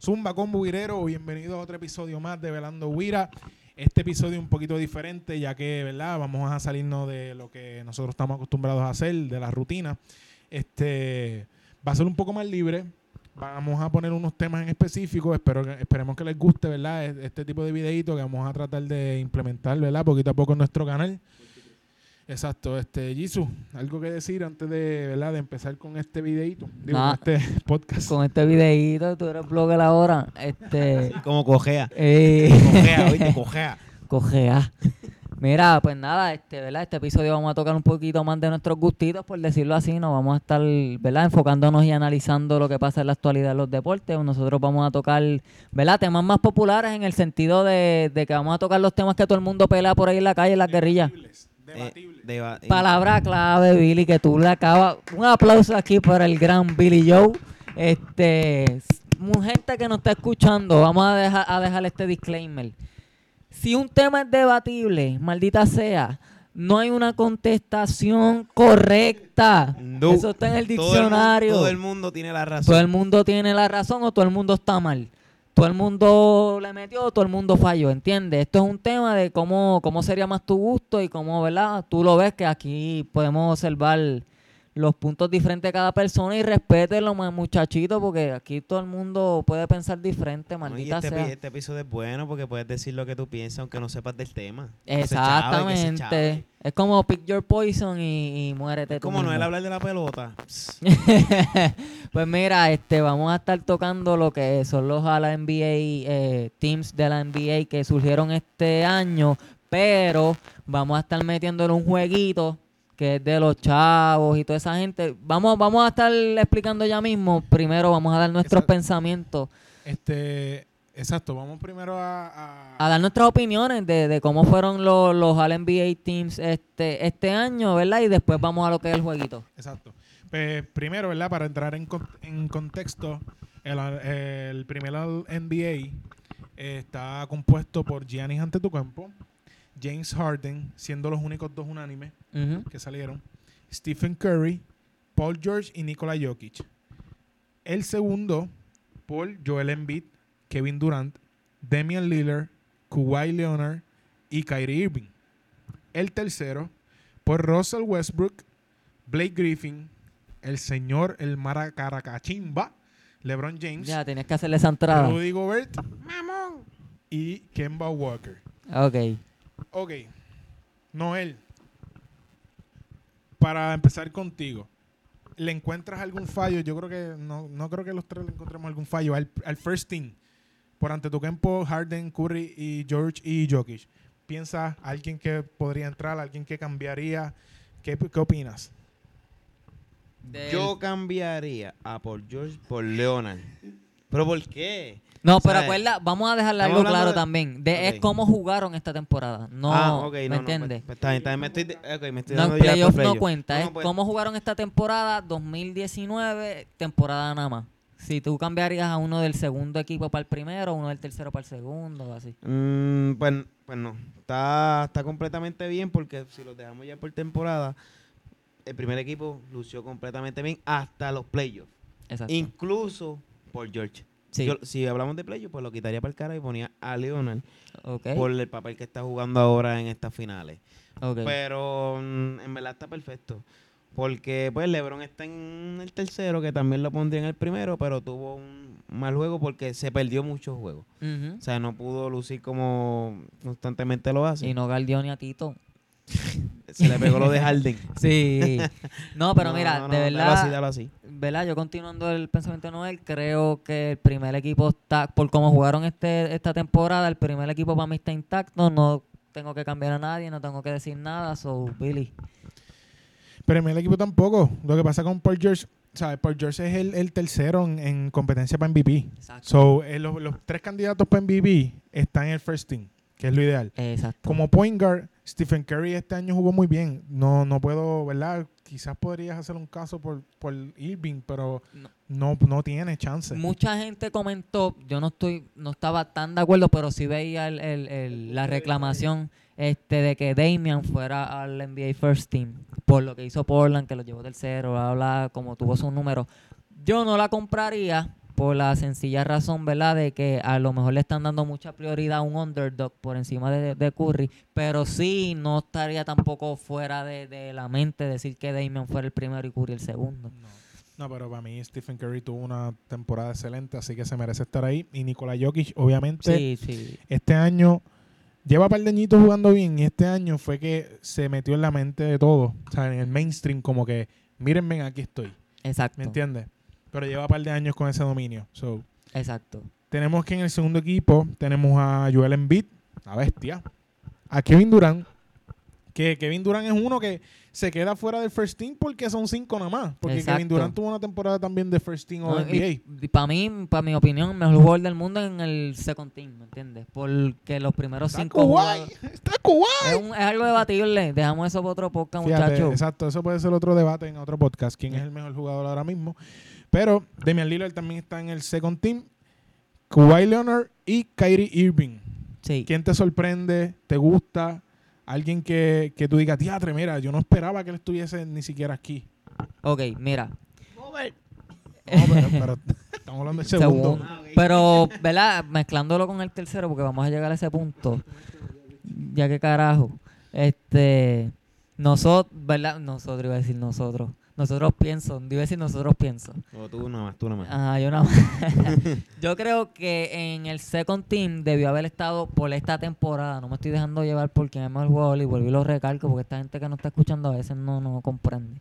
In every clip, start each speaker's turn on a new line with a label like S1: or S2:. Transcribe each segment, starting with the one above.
S1: Zumba con Buirero, bienvenidos a otro episodio más de Velando Huira. Este episodio un poquito diferente, ya que, ¿verdad? Vamos a salirnos de lo que nosotros estamos acostumbrados a hacer, de la rutina. Este va a ser un poco más libre. Vamos a poner unos temas en específico. Espero que- esperemos que les guste, ¿verdad? E- Este tipo de videíto que vamos a tratar de implementar, ¿verdad? Poquito a poco en nuestro canal. Exacto, este, Jisoo, algo que decir antes de, ¿verdad? de empezar con este videíto, digo,
S2: Nah.
S1: con este podcast.
S2: Con este videíto, tú eres blogger ahora. Este.
S3: Como cojea. Eh,
S2: eh,
S3: Cojea, oíste, cojea.
S2: cojea. Mira, pues nada, este, ¿verdad? Este episodio vamos a tocar un poquito más de nuestros gustitos, por decirlo así. Nos vamos a estar, ¿verdad? Enfocándonos y analizando lo que pasa en la actualidad en los deportes. Nosotros vamos a tocar, ¿verdad? Temas más populares en el sentido de, de que vamos a tocar los temas que todo el mundo pelea por ahí en la calle, en las guerrillas.
S1: Debatibles,
S3: Eh,
S1: debatibles.
S3: deba-
S2: Palabra clave, Billy, que tú le acabas. Un aplauso aquí para el gran Billy Joe. Este, s- mu- gente que nos está escuchando, vamos a dejar, a dejar este disclaimer. Si un tema es debatible, maldita sea, no hay una contestación correcta.
S3: No.
S2: Eso está en el
S3: Todo
S2: diccionario.
S3: mu- Todo el mundo tiene la razón.
S2: Todo el mundo tiene la razón o todo el mundo está mal. Todo el mundo le metió o todo el mundo falló, ¿entiendes? Esto es un tema de cómo, cómo sería más tu gusto y cómo, ¿verdad? Tú lo ves que aquí podemos observar los puntos diferentes de cada persona y respétenlo, ma- muchachito, porque aquí todo el mundo puede pensar diferente,
S3: No, y
S2: Pues maldita
S3: este,
S2: sea.
S3: epi- este episodio es bueno porque puedes decir lo que tú piensas aunque no sepas del tema. Que este se chave, que se chave.
S2: Exactamente. Es como pick your poison y, y muérete. tú
S3: Como no
S2: mismo.
S3: el hablar de la pelota. Pss,
S2: pues mira, este, vamos a estar tocando lo que son los a la NBA eh, teams de la NBA que surgieron este año, pero vamos a estar metiéndole un jueguito que es de los chavos y toda esa gente. Vamos, vamos a estar explicando ya mismo. Primero vamos a dar nuestros
S1: Exacto.
S2: pensamientos,
S1: Este, exacto, vamos primero a, a-
S2: a dar nuestras opiniones de, de cómo fueron los, los All NBA teams este, este año, ¿verdad? Y después vamos a lo que es el jueguito.
S1: Exacto. Pues, primero, ¿verdad? Para entrar en, con- en contexto, el, el primer All NBA eh, está compuesto por Giannis Antetokounmpo, James Harden, siendo los únicos dos unánimes
S2: Ujú.
S1: que salieron, Stephen Curry, Paul George y Nikola Jokic. El segundo, Paul Joel Embiid, Kevin Durant, Damian Lillard, Kawhi Leonard y Kyrie Irving. El tercero, por Russell Westbrook, Blake Griffin, el señor El Maracaracachimba, LeBron James,
S2: Ya, tenías que hacerle esa entrada.
S1: Rudy Gobert y Kemba Walker.
S2: Ok.
S1: Ok. Noel, para empezar contigo, ¿le encuentras algún fallo? Yo creo que no, no creo que los tres le encontremos algún fallo. Al, al first team, por ante tu campo, Harden, Curry y George y Jokic. ¿Piensas alguien que podría entrar, alguien que cambiaría? ¿Qué, qué opinas?
S2: Del-
S3: Yo cambiaría a por George por Leonard. ¿Pero por qué?
S2: No, pero
S3: ¿Sabes?
S2: acuerda, vamos a dejarle
S3: Estamos
S2: algo claro
S3: hablando de-
S2: también. De es
S3: Ok.
S2: cómo jugaron esta temporada. No,
S3: ah, ok,
S2: ¿me
S3: no, no,
S2: entiendes?
S3: pues, está bien, está bien, me estoy, de- ok, me estoy
S2: No,
S3: dando
S2: el
S3: ya por
S2: playoff no
S3: playoff.
S2: cuenta.
S3: No,
S2: es
S3: pues,
S2: cómo jugaron esta temporada 2019, temporada nada más. Si tú cambiarías a uno del segundo equipo para el primero, uno del tercero para el segundo, así.
S3: Mm, pues, pues no. Está, está completamente bien porque si los dejamos ya por temporada, el primer equipo lució completamente bien hasta los playoffs.
S2: Exacto.
S3: Incluso por George.
S2: Sí.
S3: Yo- si hablamos de playoffs, pues lo quitaría para el cara y ponía a Leonard
S2: ok.
S3: por el papel que está jugando ahora en estas finales.
S2: ok.
S3: Pero mm, en verdad está perfecto. Porque pues LeBron está en el tercero, que también lo pondría en el primero, pero tuvo un mal juego porque se perdió muchos juegos.
S2: Ujú.
S3: O sea, no pudo lucir como constantemente lo hace.
S2: Y no Galdión ni a Tito.
S3: Se le pegó lo de Harden.
S2: Sí. No, pero
S3: No,
S2: mira,
S3: no, no,
S2: de
S3: Dalo así,
S2: verdad.
S3: dalo así.
S2: ¿verdad? Yo continuando el pensamiento de Noel, creo que el primer equipo está, por cómo jugaron este, esta temporada, el primer equipo para mí está intacto, no tengo que cambiar a nadie, no tengo que decir nada, so Billy.
S1: Pero en el equipo tampoco. Lo que pasa con Paul George, ¿sabes? Paul George es el, el tercero en, en competencia para MVP.
S2: Exacto.
S1: So, eh, los, los tres candidatos para MVP están en el first team, que es lo ideal.
S2: Exacto.
S1: Como point guard, Stephen Curry este año jugó muy bien. No, no puedo, ¿verdad? Quizás podrías hacer un caso por, por Irving, pero
S2: No.
S1: no, no tiene chance.
S2: Mucha gente comentó, yo no estoy, no estaba tan de acuerdo, pero sí veía el- el- el- la reclamación este de que Damian fuera al NBA First Team, por lo que hizo Portland, que lo llevó tercero, bla, bla, como tuvo sus números. Yo no la compraría, por la sencilla razón, ¿verdad? De que a lo mejor le están dando mucha prioridad a un underdog por encima de, de Curry, pero sí no estaría tampoco fuera de, de la mente decir que Damian fuera el primero y Curry el segundo.
S1: No. No, pero para mí Stephen Curry tuvo una temporada excelente, así que se merece estar ahí. Y Nikola Jokic, obviamente,
S2: Sí, sí.
S1: este año lleva un par de añitos jugando bien y este año fue que se metió en la mente de todos, o sea, en el mainstream, como que, mírenme, aquí estoy,
S2: Exacto.
S1: ¿me entiendes? Pero lleva un par de años con ese dominio. So,
S2: Exacto.
S1: tenemos que en el segundo equipo tenemos a Joel Embiid, la bestia, a Kevin Durant, que Kevin Durant es uno que se queda fuera del first team porque son cinco nada más, porque Kevin
S2: Exacto.
S1: Durant tuvo una temporada también de first team o NBA.
S2: para mí, para mi opinión, el mejor jugador del mundo en el second team, ¿me entiendes? Porque los primeros
S1: Está
S2: cinco
S1: Kawhi,
S2: jugadores-
S1: está Kawhi.
S2: Es, un- es algo debatible. Dejamos eso para otro podcast,
S1: Fíjate,
S2: muchachos.
S1: exacto, eso puede ser otro debate en otro podcast, quién
S2: Sí.
S1: es el mejor jugador ahora mismo. Pero Damian Lillard también está en el second team, Kawhi Leonard y Kyrie Irving.
S2: Sí.
S1: ¿Quién te sorprende? ¿Te gusta? Alguien que, que tú digas, tía, mira, yo no esperaba que él estuviese ni siquiera aquí.
S2: Ok, mira.
S1: No, pero, pero estamos hablando del segundo. Ah,
S2: Segundo. Pero, ¿verdad? Mezclándolo con el tercero, porque vamos a llegar a ese punto. Ya que carajo. Este. Nosotros, ¿verdad? Nosotros, iba a decir nosotros. Nosotros pienso, iba a decir nosotros pienso.
S3: O tú nada más, tú nada más.
S2: Ajá, yo no. yo creo que en el second team debió haber estado por esta temporada. No me estoy dejando llevar por quien es mejor jugador y vuelvo y lo recalco porque esta gente que no está escuchando a veces no, no comprende.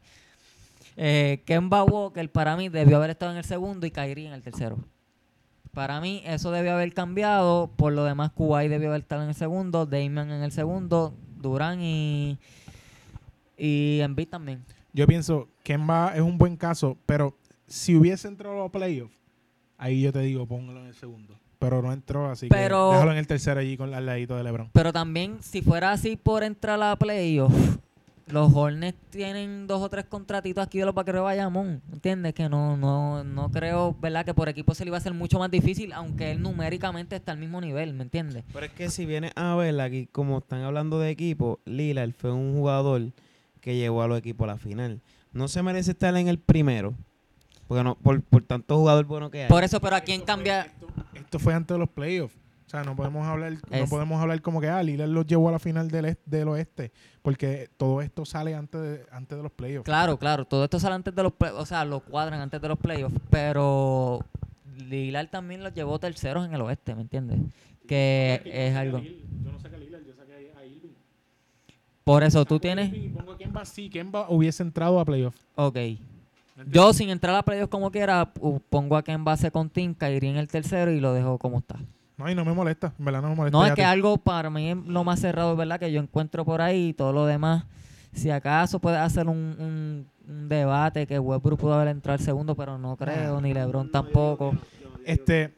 S2: Eh, Kemba Walker para mí debió haber estado en el segundo y Kyrie en el tercero. Para mí eso debió haber cambiado. Por lo demás, Kuwait debió haber estado en el segundo, Damian en el segundo, Durán y... Y Embiid también.
S1: Yo pienso, Kemba es un buen caso, pero si hubiese entrado a los playoffs, ahí yo te digo, póngalo en el segundo. Pero no entró, así
S2: Pero-
S1: que déjalo en el tercero allí con el ladito de LeBron.
S2: Pero también, si fuera así por entrar a playoff, los Hornets tienen dos o tres contratitos aquí de los vaqueros de Bayamón. ¿Entiendes? Que no, no, no creo, ¿verdad? Que por equipo se le iba a hacer mucho más difícil, aunque él numéricamente está al mismo nivel, ¿me entiendes?
S3: Pero es que si vienes a ver aquí, como están hablando de equipo, Lillard fue un jugador que llevó a los equipos a la final. No se merece estar en el primero. Porque no, por, por tanto jugador bueno que hay.
S2: Por eso, pero a quién cambia.
S1: Esto fue antes de los playoffs. O sea, no podemos hablar, no
S2: Es-
S1: podemos hablar como que ah, Lillard los llevó a la final del, est- del oeste, porque todo esto sale antes de, antes de los playoffs.
S2: Claro, claro, todo esto sale antes de los playoffs, o sea, lo cuadran antes de los playoffs, pero Lillard también los llevó terceros en el oeste, ¿me entiendes? Que es algo.
S1: Yo no saqué a Lillard, yo saqué a Irving.
S2: Por eso tú tienes.
S1: pongo a Kemba, sí, Kemba hubiese entrado a playoffs.
S2: Ok. Yo sin entrar a playoffs como quiera, pu- pongo a en base con Tim, Kyrie en el tercero y lo dejo como está.
S1: No, y no me molesta, en verdad no me molesta.
S2: No,
S1: ya
S2: es que
S1: te-
S2: algo para mí es lo más cerrado, ¿verdad? Que yo encuentro por ahí y todo lo demás. Si acaso puedes hacer un, un- un debate que Westbrook pudo haber entrado al segundo, pero no creo, ni LeBron tampoco.
S1: este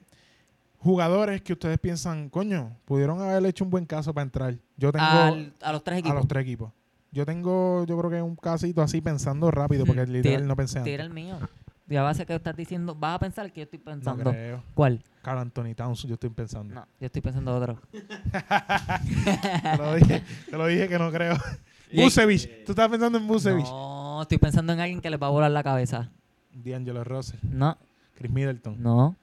S1: jugadores que ustedes piensan, coño, pudieron haberle hecho un buen caso para entrar. Yo tengo
S2: Al- a los tres
S1: a
S2: equipos.
S1: los tres equipos. Yo tengo, yo creo que un casito así pensando rápido,
S2: Hmm,
S1: porque literal
S2: tira-
S1: no pensé antes.
S2: Tira el mío. Ya va a ser que estás diciendo, vas a pensar que yo estoy
S1: No
S2: pensando.
S1: creo.
S2: ¿Cuál?
S1: Carl Anthony Towns, yo estoy pensando.
S2: No, yo estoy pensando otro.
S1: Te, lo dije, te lo dije que no creo.
S2: Y-
S1: Busevich, tú estás pensando en Busevich.
S2: No, estoy pensando en alguien que les va a volar la cabeza.
S1: D'Angelo Russell,
S2: No,
S1: Chris Middleton.
S2: no.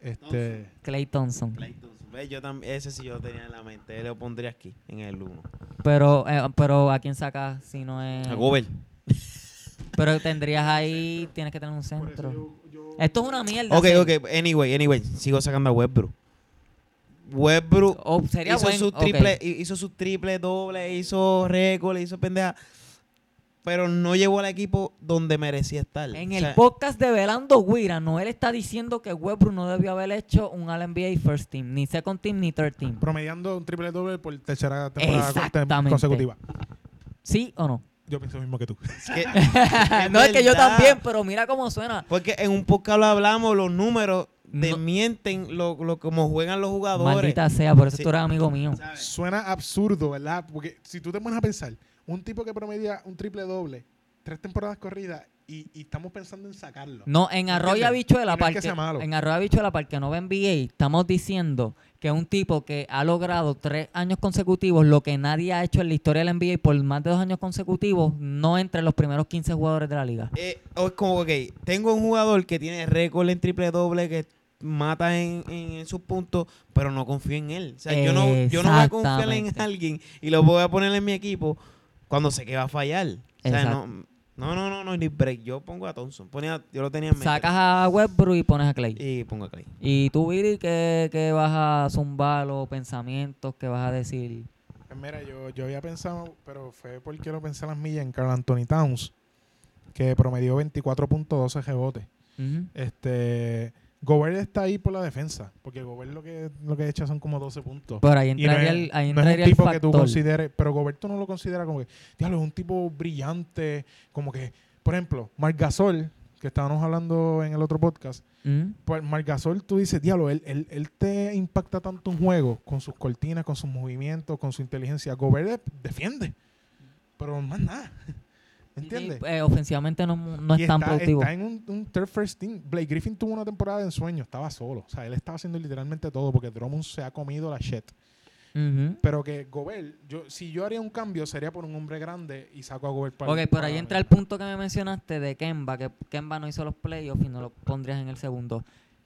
S1: Este,
S2: Clay Thompson.
S3: Clay Thompson. Ve, Yo también, ese sí yo lo tenía en la mente. Lo pondría aquí, en el 1.
S2: Pero, eh, pero ¿a quién saca si no es...?
S3: A Gobert.
S2: Pero tendrías ahí... Tienes que tener un centro. Esto es una mierda.
S3: Ok,
S2: sí.
S3: ok. Anyway, anyway. Sigo sacando a Westbrook. Westbrook
S2: O Oh, sería
S3: hizo,
S2: buen-
S3: su
S2: ok.
S3: triple, hi- hizo su triple doble, hizo récord, hizo pendeja. Pero no llevó al equipo donde merecía estar.
S2: En
S3: O
S2: el
S3: sea,
S2: podcast de Velando Guira, Noel está diciendo que Westbrook no debió haber hecho un All-NBA First Team, ni Second Team, ni Third Team.
S1: promediando un triple doble por tercera temporada
S2: Exactamente.
S1: consecutiva.
S2: ¿Sí o no?
S1: Yo pienso lo mismo que tú.
S3: es que-
S2: no es que yo
S3: verdad.
S2: también, pero mira cómo suena.
S3: Porque en un podcast lo hablamos, los números
S2: No.
S3: desmienten lo, lo como juegan los jugadores.
S2: Maldita sea, por eso
S3: Sí.
S2: tú eres amigo mío.
S3: ¿sabes?
S1: Suena absurdo, ¿verdad? Porque si tú te pones a pensar, un tipo que promedia un triple doble, tres temporadas corridas, y, y estamos pensando en sacarlo.
S2: No, en Arroyo y
S1: ¿Entiendes?
S2: Habichuela,
S1: Y no es
S2: para
S1: que
S2: el que-
S1: sea malo.
S2: en Arroyo y Habichuela, para el que no ve NBA, estamos diciendo que un tipo que ha logrado tres años consecutivos lo que nadie ha hecho en la historia del NBA por más de dos años consecutivos, no entre los primeros 15 jugadores de la liga.
S3: Eh, o es como, ok, tengo un jugador que tiene récord en triple doble, que mata en, en- en sus puntos, pero no confío en él. O sea, yo no, yo no voy a confiar en
S2: Exactamente.
S3: alguien y lo voy a poner en mi equipo cuando sé que va a fallar. O sea,
S2: Exacto.
S3: no, no, no, no, no, ni break. Yo pongo a Thompson. Ponía, yo lo tenía en mente.
S2: Sacas a Westbrook y pones a Clay.
S3: Y pongo a Clay.
S2: Y tú, Billy, ¿qué, qué vas a zumbar los pensamientos que vas a decir?
S1: Pues Mira, yo, yo había pensado, pero fue porque lo pensé a las millas en Carl Anthony Towns, que promedió 24.12 rebotes.
S2: Ujú.
S1: Este, Gobert está ahí por la defensa, porque Gobert lo que, lo que echa son como 12 puntos.
S2: Pero ahí
S1: Y no
S2: entraría
S1: es,
S2: el, ahí
S1: no es
S2: entraría
S1: un
S2: el
S1: tipo que tú
S2: factor.
S1: consideres, pero Gobert tú no lo considera como que, diablo, es un tipo brillante, como que, por ejemplo, Marc Gasol, que estábamos hablando en el otro podcast,
S2: Ujú.
S1: pues Marc Gasol, tú dices, diablo, él, él, él te impacta tanto un juego con sus cortinas, con sus movimientos, con su inteligencia. Gobert de- defiende, pero más nada. ¿Me entiendes?
S2: Y, eh, ofensivamente no, no
S1: Y
S2: es tan
S1: está,
S2: productivo.
S1: está en un, un third first team. Blake Griffin tuvo una temporada de ensueño, estaba solo. O sea, él estaba haciendo literalmente todo porque Drummond se ha comido la shit.
S2: Ujú.
S1: Pero que Gobert, yo, si yo haría un cambio, sería por un hombre grande y saco a Gobert para
S2: Ok, por
S1: para
S2: ahí
S1: la
S2: entra el
S1: mitad.
S2: punto que me mencionaste de Kemba, que Kemba no hizo los playoffs y no lo pondrías en el segundo.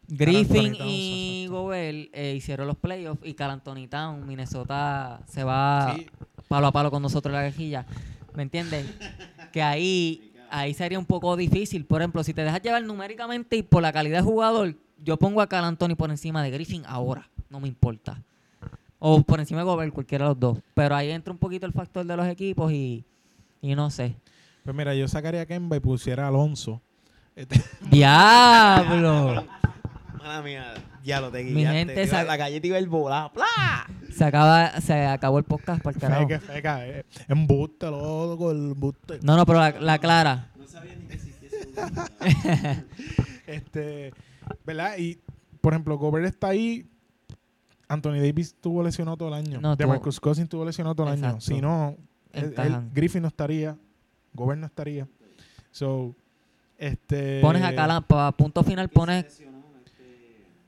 S1: Anthony
S2: Griffin
S1: Towns,
S2: y
S1: exacto.
S2: Gobert eh, hicieron los playoffs y Cal Anthony Town, Minnesota, se va
S1: Sí,
S2: palo a palo con nosotros en la quejilla. ¿Me entiendes? que ahí, ahí sería un poco difícil. Por ejemplo, si te dejas llevar numéricamente y por la calidad de jugador, yo pongo a Cal Anthony por encima de Griffin ahora. No me importa. O por encima de Gobert, cualquiera de los dos. Pero ahí entra un poquito el factor de los equipos y, y no sé.
S1: Pues mira, yo sacaría a Kemba y pusiera a Alonso. Este,
S2: ¡Diablo!
S3: Mala mía, ya lo te
S2: Mi
S3: guillaste.
S2: gente
S3: Te iba-
S2: sabe-
S3: La calle te iba el volar. ¡Pla!
S2: Se, acaba, se acabó el podcast para el carajo.
S1: feca, feca, eh, embuste, loco, embuste.
S2: No, no, pero la, la clara.
S1: Este, ¿verdad? Y, por ejemplo, Gobert está ahí. Anthony Davis estuvo lesionado todo el año.
S2: No,
S1: de
S2: tuvo-
S1: Marcus Cousins estuvo lesionado todo el año.
S2: Exacto.
S1: Si no, el- el
S2: Encajan.
S1: Griffin no estaría. Gobert no estaría. So, este.
S2: Pones acá, la, para punto final, pones...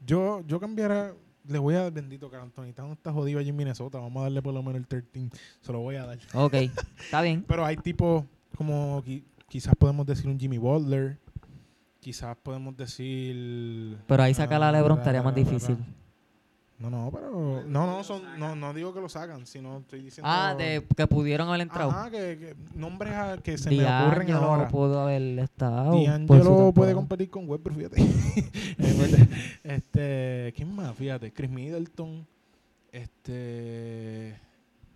S1: Yo, yo cambiara. Le voy a dar bendito que Anthony Town está jodido allí en Minnesota. Vamos a darle por lo menos el 13. Se lo voy a dar.
S2: Ok, está bien.
S1: Pero hay tipos como qui- quizás podemos decir un Jimmy Butler. Quizás podemos decir.
S2: Pero ahí saca la
S1: Ah,
S2: LeBron
S1: ra,
S2: estaría
S1: ra,
S2: más
S1: ra, ra.
S2: difícil.
S1: No, no, pero. No, no, son, no, no digo que lo sacan, sino estoy diciendo.
S2: Ah, de que pudieron haber entrado.
S1: Ajá, que, que nombres a- que se me ocurren
S2: D'Angelo
S1: ahora.
S2: pudo haber estado. por su
S1: D'Angelo puede
S2: temporada.
S1: competir con Webber, fíjate. Eh, fíjate. este, ¿Quién más? Fíjate, Chris Middleton. Este.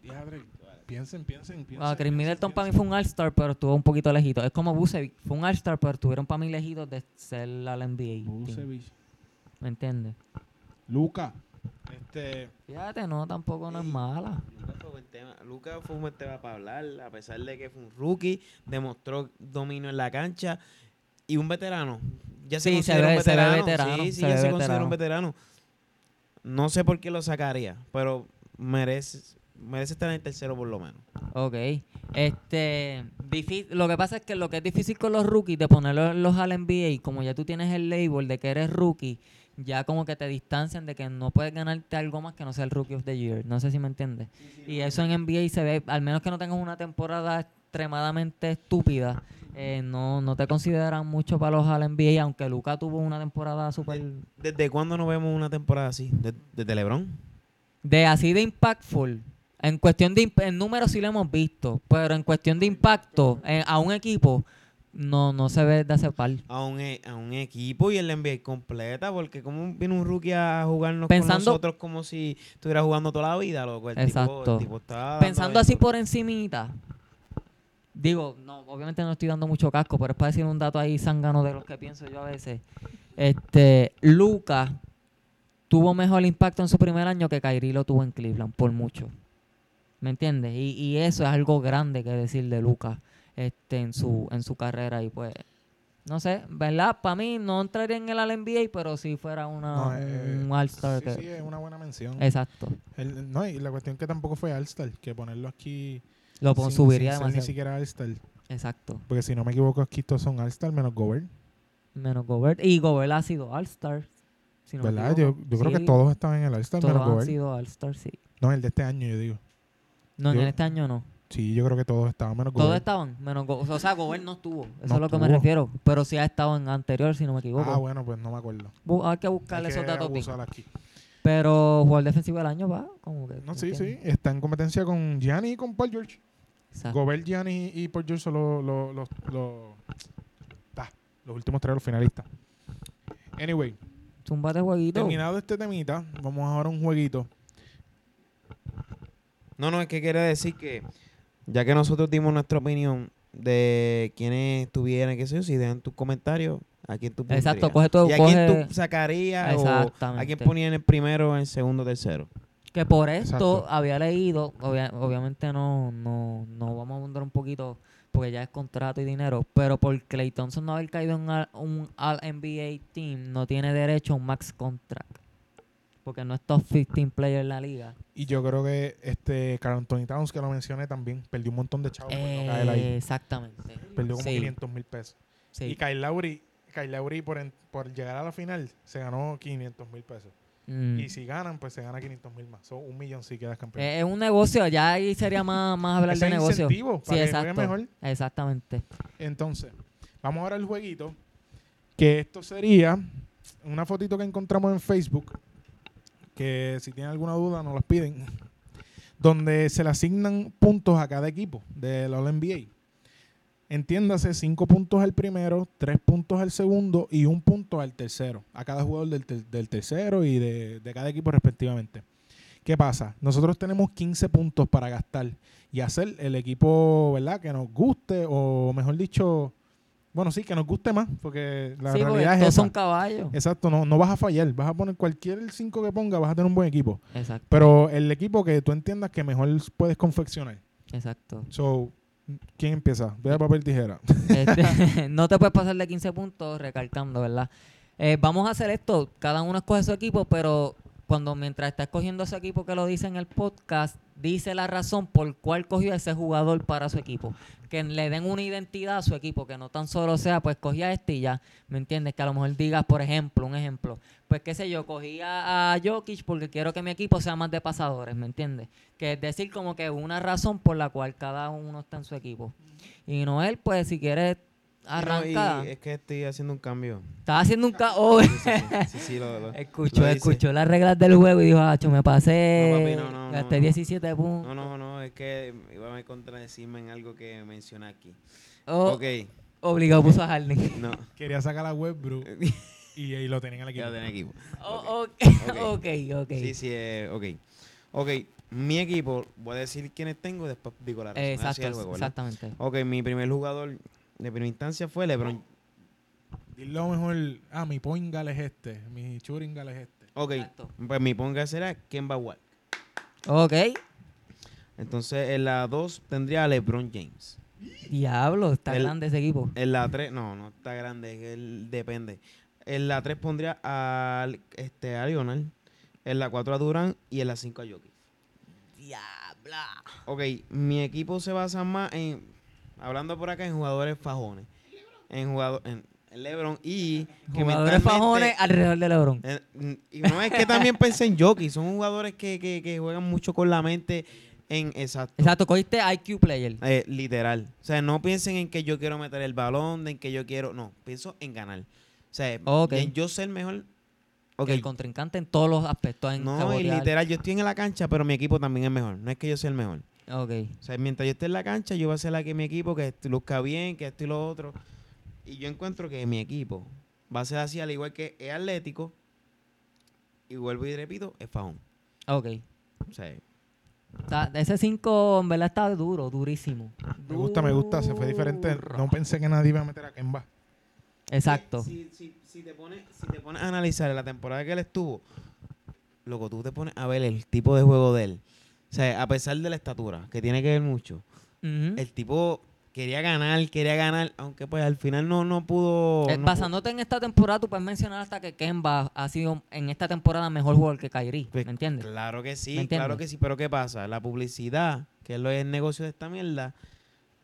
S1: diadre, piensen, piensen, piensen.
S2: Ah, Chris
S1: piensen,
S2: Middleton para mí
S1: piensen.
S2: fue un All-Star, pero estuvo un poquito lejito. Es como Bucevic. Fue un All-Star, pero estuvieron para mí lejitos de ser al NBA. team.
S1: Vucevic,
S2: ¿Me entiendes?
S1: Luca. Este.
S2: Fíjate, no, tampoco no es mala.
S3: Luca fue buen tema. Luca fue un buen tema para hablar, a pesar de que fue un rookie, demostró dominio en la cancha y un veterano. Ya se
S2: Sí, se
S3: considera un
S2: ve- se ve
S3: veterano.
S2: veterano,
S3: Sí, sí,
S2: se
S3: ya
S2: ve
S3: se considera un veterano. No sé por qué lo sacaría, pero merece, merece estar en el tercero por lo menos.
S2: Ok. Este, difí- lo que pasa es que lo que es difícil con los rookies de ponerlos en los al NBA, como ya tú tienes el label de que eres rookie, ya como que te distancian de que no puedes ganarte algo más que no sea el Rookie of the Year. No sé si me entiendes. y eso en NBA se ve, al menos que no tengas una temporada extremadamente estúpida, eh, no, no te consideran mucho para los al NBA, aunque Luca tuvo una temporada súper...
S3: ¿Desde cuándo no vemos una temporada así? ¿De- ¿Desde LeBron?
S2: De así de impactful. En cuestión de imp- en números sí lo hemos visto, pero en cuestión de impacto eh, a un equipo no no se ve de hace par.
S3: A un, e- a un equipo y el NBA completa, porque como viene un rookie a jugarnos con
S2: Pensando-
S3: nosotros como si estuviera jugando toda la vida, loco. El tipo- el
S2: Exacto.
S3: tipo está
S1: Ah,
S3: dando
S2: Pensando
S3: ahí
S2: así
S1: pues.
S3: duro.
S2: por encimita. Digo, no, obviamente no estoy dando mucho casco, pero es para decir un dato ahí zángano de los que pienso yo a veces. Este, Lucas tuvo mejor impacto en su primer año que Kyrie lo tuvo en Cleveland, por mucho. ¿Me entiendes? Y, y eso es algo grande que decir de Lucas este, en, su, en su carrera. Y pues, no sé, ¿verdad? Para mí no entraría en el All-NBA, pero si fuera una,
S1: No, eh,
S2: Ah, un All-Star.
S1: Sí,
S2: que-
S1: sí, es una buena mención.
S2: Exacto.
S1: El- no, y la cuestión que tampoco fue All-Star, que ponerlo aquí.
S2: Lo pon-
S1: sin-
S2: subiría
S1: sin ser
S2: demasiado.
S1: Ni siquiera All-Star.
S2: Exacto.
S1: Porque si no me equivoco, aquí todos son All-Star menos Gobert.
S2: Menos Gobert. Y Gobert ha sido All-Star. si no me
S1: ¿Verdad? Yo,
S2: equivoco.
S1: yo creo que
S2: Sí,
S1: todos están en el All-Star
S2: todos
S1: menos
S2: han
S1: Gobert.
S2: sido All-Star, sí.
S1: No, el de este año, yo digo.
S2: No,
S1: Yo-
S2: en este año no.
S1: Sí, yo creo que todos estaban menos
S2: Todos
S1: Gobert.
S2: estaban, menos Go- O sea, Gobert no estuvo. Eso
S1: No
S2: es lo que me
S1: estuvo.
S2: refiero. Pero sí ha estado en anterior, si no me equivoco.
S1: Ah, bueno, pues no me acuerdo.
S2: Bu- Hay que buscar
S1: Hay
S2: esos
S1: que
S2: datos. bien.
S1: abusar aquí.
S2: Pero jugador defensivo del año va como que...
S1: No, sí, sí.
S2: Pues, ¿entiendes? Ah.
S1: Está en competencia con Gianni y con Paul George.
S2: Exacto.
S1: Gobert, Gianni y Paul George son los, los, los, los- ta, los últimos tres de los finalistas. Anyway,
S2: Zúmbate jueguito.
S1: terminado este temita, vamos ahora a un jueguito.
S3: No, no, es que quiere decir que ya que nosotros dimos nuestra opinión de quiénes estuvieran, qué sé yo, si dejan tus comentarios, a quién tú pondrías.
S2: Exacto, coge todo,
S3: Y a
S2: coge...
S3: quién tú sacarías o a quién
S2: Exactamente.
S3: ponía en el primero, en el segundo, tercero.
S2: Que por esto
S1: Exacto.
S2: había leído, obvia- obviamente no, no, no vamos a abundar un poquito porque ya es contrato y dinero, pero por Clay Thompson no haber caído en un All- un All-NBA team, no tiene derecho a un max contract. Porque no es top 15 player en la liga.
S1: Y yo creo que este Carl Anthony Towns, que lo mencioné también, perdió un montón de chavos por Ah, pues no caer
S2: Eh,
S1: ahí.
S2: exactamente.
S1: Perdió como
S2: sí.
S1: 500 mil pesos.
S2: Sí.
S1: Y Kyle Lowry, Kyle Lowry por, en- por llegar a la final, se ganó 500 mil pesos.
S2: Mm.
S1: Y si ganan, pues se gana 500 mil más. Son un millón si quedas campeón.
S2: Eh, es un negocio, ya ahí sería más, más hablar
S1: Ese
S2: de negocio.
S1: incentivo
S2: Sí,
S1: para que juegue
S2: exacto.
S1: mejor.
S2: Exactamente.
S1: Entonces, vamos ahora al jueguito. Que esto sería una fotito que encontramos en Facebook. Que si tienen alguna duda, nos las piden. Donde se le asignan puntos a cada equipo del All NBA. Entiéndase, 5 puntos al primero, 3 puntos al segundo y 1 punto al tercero. A cada jugador del, ter- del tercero y de, de cada equipo respectivamente. ¿Qué pasa? Nosotros tenemos 15 puntos para gastar y hacer el equipo, ¿verdad? Que nos guste, o mejor dicho, bueno, sí, que nos guste más, porque la
S2: sí, porque
S1: realidad es
S2: todos
S1: esa.
S2: son caballos.
S1: Exacto, no, no vas a fallar, vas a poner cualquier 5 que ponga, vas a tener un buen equipo.
S2: Exacto,
S1: Pero el equipo que tú entiendas que mejor puedes confeccionar.
S2: exacto.
S1: So, ¿quién empieza? Voy a papel tijera.
S2: Este, no te puedes pasar de 15 puntos recalcando, ¿verdad? Eh, vamos a hacer esto. Cada uno escoge su equipo, pero cuando mientras está escogiendo su equipo que lo dice en el podcast, dice la razón por cuál cogió ese jugador para su equipo. Que le den una identidad a su equipo, que no tan solo sea, pues cogí a este y ya, ¿me entiendes? Que a lo mejor digas, por ejemplo, un ejemplo, pues qué sé yo, cogí a, a Jokic porque quiero que mi equipo sea más de pasadores, ¿me entiendes? Que es decir, como que una razón por la cual cada uno está en su equipo. Y Noel, pues si quieres, arranca.
S3: No, y es que estoy haciendo un cambio.
S2: Estaba haciendo un oh, caos.
S3: Sí, sí, sí, sí, sí, lo- lo-
S2: escuchó,
S3: lo hice.
S2: escuchó las reglas del juego y dijo, acho, me pasé.
S3: No, papi, no, no,
S2: gasté
S3: no, no.
S2: 17 puntos.
S3: No, no, no, es que iba a contradecirme en algo que mencioné aquí.
S2: Oh,
S3: Ok,
S2: Obligado puso a Harden.
S3: no.
S1: Quería sacar la web, bro, y ahí lo tenían al equipo.
S3: Ya tenía equipo.
S2: Oh, ok, ok, ok.
S3: Sí, sí, eh, ok. Ok, mi equipo, voy a decir quiénes tengo y después digo la razón. Así es
S2: Exacto,
S3: el juego, ¿verdad?
S2: exactamente.
S3: Ok, mi primer jugador de primera instancia fue LeBron.
S1: Dilo mejor, ah, mi poingal es este, mi churingal es este.
S3: Ok,
S2: Exacto.
S3: pues mi ponga será Kemba Walker.
S2: Ok.
S3: Entonces, en la 2 tendría a LeBron James.
S2: Diablo, está
S3: El-
S2: grande ese equipo.
S3: En la 3, no, no está grande, es que él depende. En la 3 pondría al este, a Lionel. En la 4 a Durán y en la 5 a Jokic.
S2: Diabla.
S3: Ok, mi equipo se basa más en, hablando por acá, en jugadores fajones. En jugador, en LeBron y... que
S2: Jugadores
S3: mentalmente-
S2: fajones ah. alrededor de LeBron.
S3: Eh, mm, Y no es que también pensé en Jokic, son jugadores que, que- que juegan mucho con la mente en exacto.
S2: Exacto, cogiste IQ player.
S3: eh, literal. O sea, no piensen en que yo quiero meter el balón, en que yo quiero. No, pienso en ganar. O sea,
S2: Ok.
S3: en yo ser mejor. Ok.
S2: que El contrincante en todos los aspectos. En
S3: No, y
S2: saborear.
S3: literal, yo estoy en la cancha, pero mi equipo también es mejor. No es que yo sea el mejor.
S2: Ok.
S3: O sea, mientras yo esté en la cancha, yo voy a hacer la que mi equipo, que est- luzca bien, que esto y lo otro. Y yo encuentro que mi equipo va a ser así, al igual que es atlético. Y vuelvo y repito, es fajón.
S2: Ok.
S3: O sea,
S2: O sea, ese 5 en verdad está duro, durísimo.
S1: Me gusta, me gusta, se fue diferente. No pensé que nadie iba a meter a Kemba.
S2: Exacto.
S3: Si, si- si te pones, si te pones a analizar la temporada que él estuvo, loco, tú te pones a ver el tipo de juego de él. O sea, a pesar de la estatura, que tiene que ver mucho,
S2: Ujú.
S3: el tipo quería ganar, quería ganar, aunque pues al final no, no pudo...
S2: Eh,
S3: no
S2: basándote en esta temporada, tú puedes mencionar hasta que Kemba ha sido en esta temporada mejor jugador que Kyrie.
S3: pudo. Pues,
S2: ¿Me entiendes?
S3: Claro que
S2: ¿Me
S3: sí,
S2: entiendes?
S3: claro que sí, pero ¿qué pasa? La publicidad, que es lo es el negocio de esta mierda,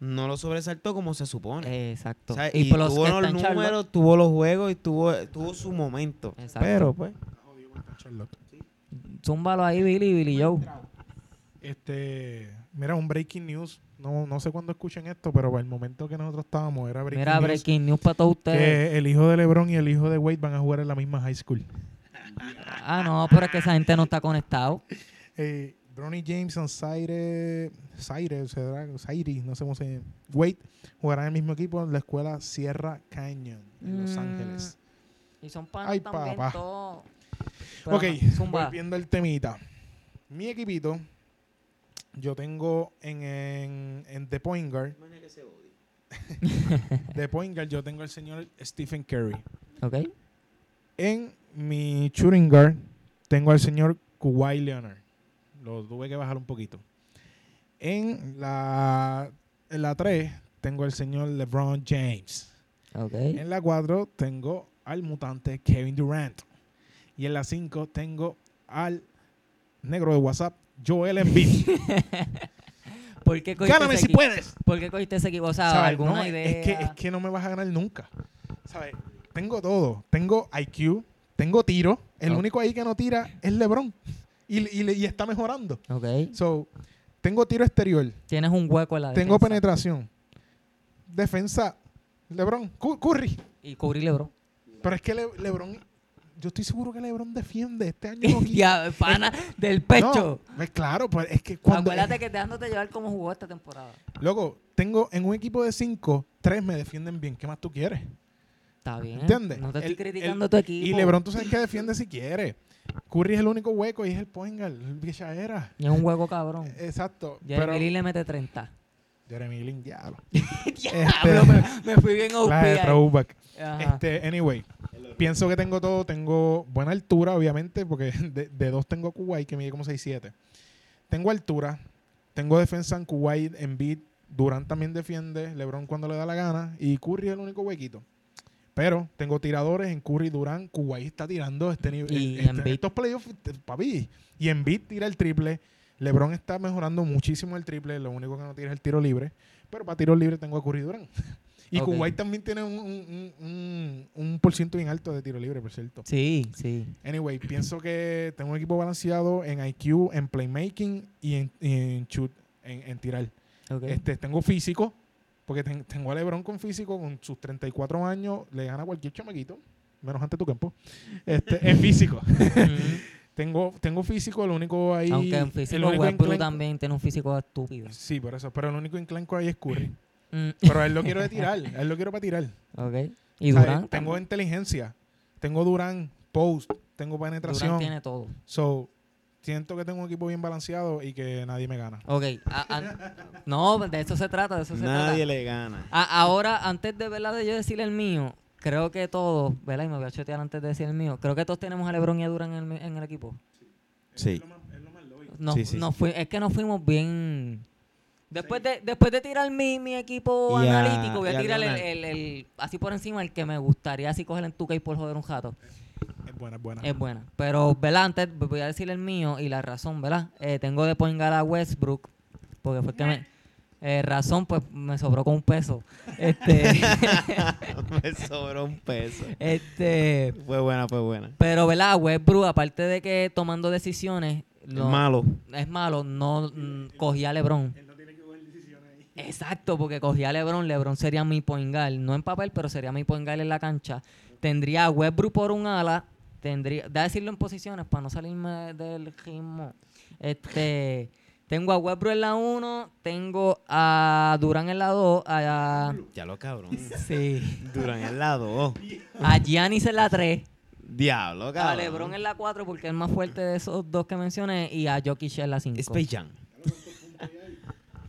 S3: no lo sobresaltó como se supone.
S2: Exacto.
S3: O sea,
S2: Eh, y
S3: y
S2: por los
S3: tuvo
S2: que
S3: los
S2: están en Charlotte-
S3: números, tuvo los juegos y tuvo, tuvo su momento.
S2: Exacto.
S3: Pero pues,
S1: Charlotte.
S2: Zúmbalo ahí, Billy, Billy Joe.
S1: Este, mira, un breaking news. No, no sé cuándo escuchen esto, pero para el momento que nosotros estábamos era breaking
S2: Mira,
S1: news.
S2: breaking news para todos ustedes.
S1: Que el hijo de LeBron y el hijo de Wade van a jugar en la misma high school.
S2: Ah, no, pero es que esa gente no está conectado.
S1: Eh, Bronny James and Zaire, Zaire, o sea, Zaire, no sé cómo se llama. Wade jugarán en el mismo equipo en la escuela Sierra Canyon en Los
S2: Mm.
S1: Ángeles.
S2: Y son panas
S1: Ay,
S2: también
S1: papá.
S2: todos. Pero
S1: Ok,
S2: no, zumba.
S1: volviendo al temita. Mi equipito, yo tengo en, en, en The Point Guard. The Point Guard, yo tengo al señor Stephen Curry.
S2: Ok.
S1: En mi shooting guard tengo al señor Kawhi Leonard. Lo tuve que bajar un poquito. En la, en la 3 tengo al señor LeBron James.
S2: Ok.
S1: En la 4 tengo al mutante Kevin Durant. Y en la 5 tengo al negro de WhatsApp, Joel Embiid.
S2: ¿Por qué cogiste
S1: ¡Gáname
S2: ese
S1: si
S2: equipo?
S1: puedes!
S2: ¿Por qué cogiste ese equipo? O sea,
S1: ¿Sabes?
S2: alguna
S1: No, es-
S2: idea.
S1: Es que, es que no me vas a ganar nunca. ¿Sabes? Tengo todo. Tengo IQ, tengo tiro. El
S2: Ok.
S1: único ahí que no tira es LeBron. Y, y le- y está mejorando.
S2: Ok.
S1: So, tengo tiro exterior,
S2: Tienes un hueco en la
S1: tengo
S2: defensa.
S1: penetración, defensa, LeBron, Cu- Curry.
S2: Y cubrirle, bro.
S1: Pero es que Le- LeBron, yo estoy seguro que LeBron defiende este año. no quita.
S2: Ya, pana del pecho.
S1: No, pues claro, pues es que cuando.
S2: Acuérdate que dejándote llevar como jugó esta temporada.
S1: Loco, tengo en un equipo de cinco, tres me defienden bien. ¿Qué más tú quieres?
S2: Está bien.
S1: ¿Entiendes?
S2: ¿Eh? No te estoy
S1: El-
S2: criticando
S1: el-
S2: tu equipo.
S1: Y LeBron, tú sabes que defiende si quiere. Curry es el único hueco y es el point guard, el bichadera.
S2: Y es un hueco cabrón.
S1: Exacto.
S2: Jeremy
S1: Eh, pero
S2: Lin le mete 30.
S1: Jeremy Lin, diablo.
S2: Diablo, me, me fui bien OP.
S1: Este, La de
S2: ahí.
S1: throwback.
S2: Ajá.
S1: Este, anyway, pienso que tengo todo. Tengo buena altura, obviamente, porque de, de dos tengo a Kuwait, que mide como 6'7". Tengo altura, tengo defensa en Kuwait, en beat. Durant también defiende, LeBron cuando le da la gana. Y Curry es el único huequito. Pero tengo tiradores en Curry, Durant. Kuwait está tirando este nivel.
S2: Y
S1: este-
S2: Embiid.
S1: estos playoffs, este, papi. Y en beat tira el triple. LeBron está mejorando muchísimo el triple. Lo único que no tira es el tiro libre. Pero para tiro libre tengo a Curry y Durant. Y
S2: Ok.
S1: Kuwait también tiene un, un, un, un, un por ciento bien alto de tiro libre, por cierto.
S2: Sí, sí.
S1: Anyway, pienso que tengo un equipo balanceado en IQ, en playmaking y en, y en shoot, en, en tirar.
S2: Ok.
S1: Este, tengo físico, porque ten- tengo a LeBron con físico, con sus 34 años, le gana a cualquier chamaquito, menos ante tu campo. Este, en físico.
S2: Ujú.
S1: tengo, tengo físico, lo único ahí.
S2: Aunque en
S1: el
S2: físico
S1: único
S2: Westbrook
S1: enclenco-
S2: también tiene un físico estúpido.
S1: Sí, por eso. Pero el único enclenco ahí es Curry.
S2: Mm,
S1: Pero a él lo quiero de tirar, a él lo quiero para tirar.
S2: Ok. Y
S1: ¿Sabes? Tengo
S2: Durant. también.
S1: inteligencia. Tengo Durán post. Tengo penetración.
S2: Durant tiene todo.
S1: So, siento que tengo un equipo bien balanceado y que nadie me gana.
S2: Ok. a- a- no, de eso se trata, de eso se trata.
S3: nadie le gana.
S2: A- ahora, antes de verdad de yo decir el mío, creo que todos, ¿verdad? Y me voy a chotear antes de decir el mío. Creo que todos tenemos a LeBron y a Durant en el, mi- en el equipo.
S3: Sí.
S2: Nos-
S3: Sí, sí,
S2: nos fui- es que nos fuimos bien. Después de, después de tirar mi, mi equipo
S3: Y a-
S2: analítico, voy
S3: y
S2: a
S3: a
S2: tirar el,
S3: Leonard.
S2: el- el- así por encima el que me gustaría así coger en tu y por joder un jato.
S1: Es buena, es buena.
S2: Es buena. Pero, ¿verdad? Antes v- voy a decir el mío y la razón, ¿verdad? Eh, tengo de poner a Westbrook, porque fue el que me. eh, razón, pues me sobró con un peso. Este,
S3: Me sobró un peso.
S2: este,
S3: Fue buena, fue buena.
S2: Pero, ¿verdad? Westbrook, aparte de que tomando decisiones lo-
S3: El malo.
S2: es malo, no mm, cogía a LeBron. Él no tiene que coger decisiones ahí. Exacto, porque cogía a LeBron. LeBron sería mi poingal. No en papel, pero sería mi poingal en la cancha. Tendría a Westbrook por un ala. Tendría, da decirlo en posiciones para no salirme del ritmo. Este, tengo a Westbrook en la 1, tengo a Durán en la 2, a,
S3: Ya lo cabrón.
S2: sí,
S3: Durán el lado.
S2: a Giannis en la 3.
S3: Diablo, cabrón.
S2: A LeBron en la 4 porque es el más fuerte de esos dos que mencioné y a Jokic en la 5.
S3: Space Jam.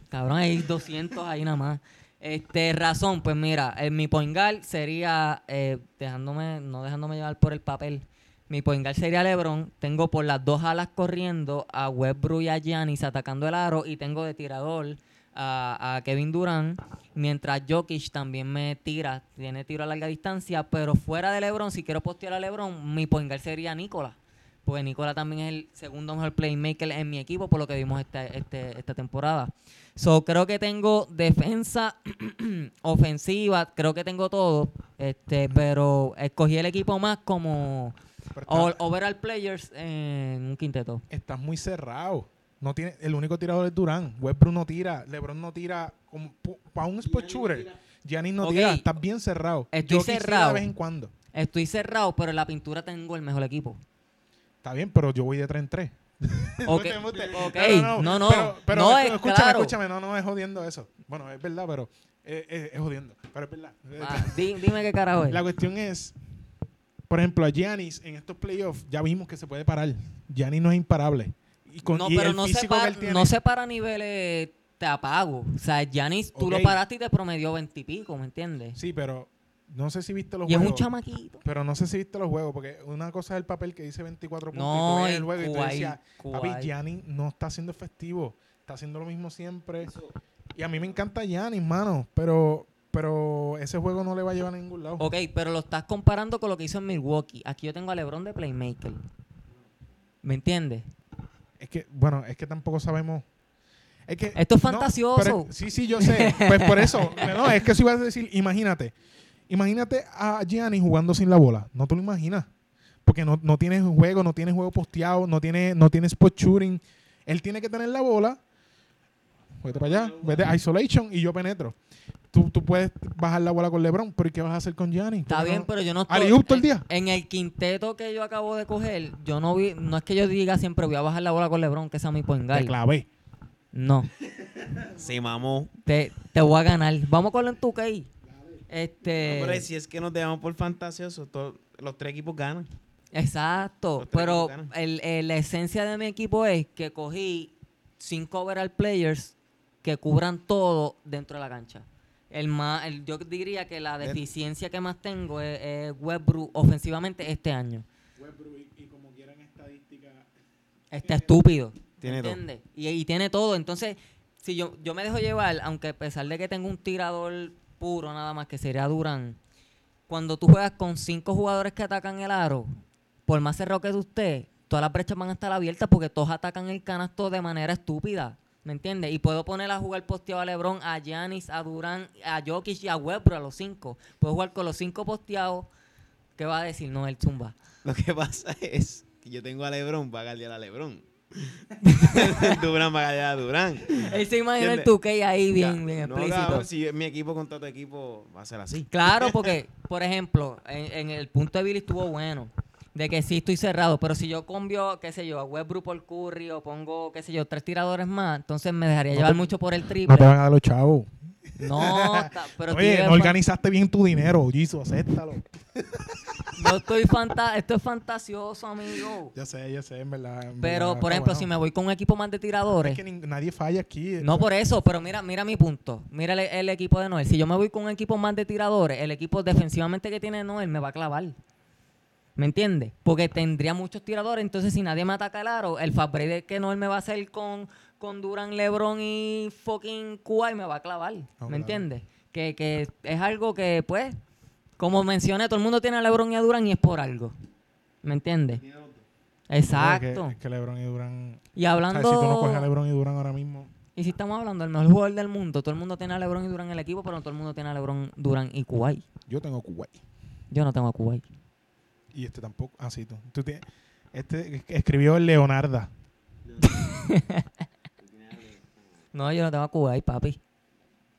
S2: Cabrón, hay 200 ahí nada más. Este, razón, pues mira, eh, mi point guard sería, eh, dejándome, no dejándome llevar por el papel, mi point guard sería LeBron, tengo por las dos alas corriendo a Westbrook y a Giannis atacando el aro y tengo de tirador a, a Kevin Durant, mientras Jokic también me tira, tiene tiro a larga distancia, pero fuera de LeBron, si quiero postear a LeBron, mi point guard sería Nicola. porque Nicola también es el segundo mejor playmaker en mi equipo, por lo que vimos esta, este- esta temporada. So, creo que tengo defensa, ofensiva, creo que tengo todo, este, pero escogí el equipo más como
S1: Pero
S2: all-
S1: está-
S2: overall players en un quinteto.
S1: estás muy cerrado. No tiene, el único tirador es Durán. Westbrook no tira. LeBron no tira. Como, pu- pa' un spot shooter, Giannis no
S2: Ok.
S1: tira. Estás bien cerrado.
S2: Estoy
S1: Jokic tira
S2: cerrado.
S1: De vez en cuando.
S2: Estoy cerrado, pero en la pintura tengo el mejor equipo.
S1: Está bien, pero yo voy de 3 en 3.
S2: Ok, ok, no, no,
S1: Pero, pero
S2: no,
S1: escú-
S2: es
S1: escúchame,
S2: claro.
S1: escúchame. No, no, es jodiendo eso. Bueno, es verdad, pero eh, eh, es jodiendo. Pero es verdad.
S2: Ah, di- dime qué carajo es.
S1: La cuestión es, por ejemplo, a Giannis en estos playoffs ya vimos que se puede parar. Giannis no es imparable. Y con
S2: no,
S1: y
S2: pero
S1: el
S2: no, se
S1: físico que
S2: para,
S1: él tiene,
S2: no se para a niveles te apago. O sea, Yanis, tú
S1: Ok.
S2: lo paraste y te promedió veintipico, ¿me entiendes?
S1: Sí, pero no sé si viste los
S2: y es
S1: juegos.
S2: un chamaquito.
S1: Pero no sé si viste los juegos, porque una cosa es el papel que dice 24 puntos y tú
S2: No,
S1: ves
S2: y
S1: el juego y tú
S2: Kuwait,
S1: decías, papi,
S2: Kuwait.
S1: Giannis no está siendo efectivo, está haciendo lo mismo siempre. Y a mí me encanta Giannis, mano, pero, pero ese juego no le va a llevar a ningún lado.
S2: Ok, pero lo estás comparando con lo que hizo en Milwaukee. Aquí yo tengo a LeBron de playmaker. ¿Me entiendes?
S1: Es que, bueno, es que tampoco sabemos. Es que,
S2: Esto es
S1: no,
S2: fantasioso.
S1: pero- sí, sí, yo sé. Pues por eso. No, es que si vas a decir, imagínate. Imagínate a Gianni jugando sin la bola. No te lo imaginas. Porque no, no tiene juego, no tiene juego posteado, no tiene, no tiene spot shooting. Él tiene que tener la bola. Vete para allá, vete a isolation y yo penetro. Tú, tú puedes bajar la bola con LeBron, pero ¿y qué vas a hacer con Gianni?
S2: Está bien, pero yo no estoy.
S1: Alley-oop todo el
S2: en-
S1: día.
S2: En, el quinteto que yo acabo de coger, yo no vi. No es que yo diga siempre voy a bajar la bola con LeBron, que sea mi point guard.
S1: Te clavé.
S2: No.
S3: Sí, mamó.
S2: Te, te voy a ganar. Vamos con en tu Este.
S3: Hombre, si es que nos dejamos por fantasioso, todo- los tres equipos ganan.
S2: Exacto,
S3: Los tres
S2: pero
S3: ganan.
S2: el- el- la esencia de mi equipo es que cogí cinco overall players que cubran todo dentro de la cancha. El más, el- yo diría que la
S3: Bien.
S2: deficiencia que más tengo es, es Westbrook ofensivamente este año.
S1: y como quieran estadística
S2: Está estúpido.
S3: Tiene todo.
S2: ¿entiendes? Y, y tiene todo. Entonces, si yo, yo me dejo llevar, aunque a pesar de que tengo un tirador puro nada más, que sería Durán, cuando tú juegas con cinco jugadores que atacan el aro, por más cerrado que tú estés, todas las brechas van a estar abiertas porque todos atacan el canasto de manera estúpida. ¿Me entiendes? Y puedo poner a jugar posteado a Lebron, a Giannis, a Durán, a Jokic y a Westbrook, a los cinco. Puedo jugar con los cinco posteados. ¿Qué va a decir? No, el chumba.
S3: Lo que pasa es que yo tengo a Lebron, va a galdear a Lebron. Durán va a galdear a Durán.
S2: Él se imagina el
S3: ¿Entiendes?
S2: 2K ahí bien,
S3: Ca-
S2: bien
S3: no,
S2: explícito.
S3: cabrón, si mi equipo contra tu equipo va a ser así.
S2: Claro, porque, por ejemplo, en, en el punto de Billy estuvo bueno. De que sí estoy cerrado, pero si yo cambio, qué sé yo, a Westbrook por Curry o pongo, qué sé yo, tres tiradores más, entonces me dejaría
S1: No
S2: llevar
S1: te-
S2: mucho por el
S1: No te
S2: triple.
S1: van a dar los chavos.
S2: No, ta- pero
S1: Oye,
S2: estoy-
S1: no organizaste bien tu dinero, Jisoo, acéptalo.
S2: yo estoy fanta- esto es fantasioso, amigo.
S1: Yo sé, yo sé, en verdad. en
S2: Pero,
S1: verdad,
S2: por
S1: está
S2: ejemplo,
S1: bueno.
S2: si me voy con un equipo más de tiradores,
S1: Es que nin- nadie falla aquí.
S2: No por eso, pero mira, mira mi punto. Mira el, el equipo de Noel. Si yo me voy con un equipo más de tiradores, el equipo defensivamente que tiene Noel me va a clavar. ¿Me entiendes? Porque tendría muchos tiradores, entonces si nadie me ataca el aro, el fabre de que Noel me va a hacer con, con Duran, Lebron y fucking Cuba y me va a clavar.
S1: claro.
S2: ¿Me entiendes? Que, que es algo que, pues, como mencioné, todo el mundo tiene a Lebron y a Duran y es por algo. ¿Me entiendes? Exacto.
S1: Es que, es que LeBron y Durán.
S2: Y
S1: o sea,
S2: hablando...
S1: si tú no coges a LeBron y Durán ahora mismo.
S2: Y si estamos hablando del mejor jugador del mundo, todo el mundo tiene a LeBron y Durán en el equipo, pero no todo el mundo tiene a LeBron, Durán y Kuwait.
S1: Yo tengo Kuwait.
S2: Yo no tengo a Kuwait.
S1: Y este tampoco. Ah, sí, tú. tú tienes, este es- escribió el Leonarda.
S2: No, yo no tengo a Kuwait, papi.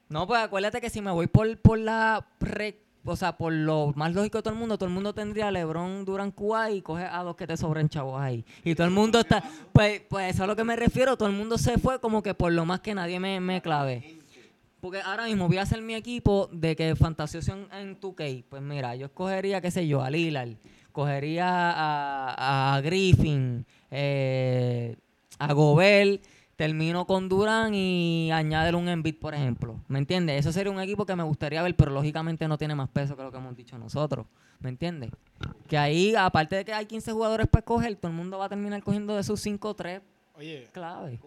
S2: No, pues acuérdate que si me voy por, por la re- o sea, por lo más lógico de todo el mundo, todo el mundo tendría a LeBron, Durán, Kuwait y coge a dos que te sobren chavos ahí. Y todo el mundo está, pues, pues eso es a lo que me refiero, todo el mundo se fue como que por lo más que nadie me, me clave. Porque ahora mismo voy a hacer mi equipo de que fantasioso en, en 2K. Pues mira, yo escogería, qué sé yo, a Lillard, cogería a, a Griffin, eh, a Gobel, termino con Durán y añádele un Embiid, por ejemplo. ¿Me entiendes? Eso sería un equipo que me gustaría ver, pero lógicamente no tiene más peso que lo que hemos dicho nosotros. ¿Me entiendes? Que ahí, aparte de que hay 15 jugadores para escoger, todo el mundo va a terminar cogiendo de sus 5-3
S1: Oye,
S2: clave.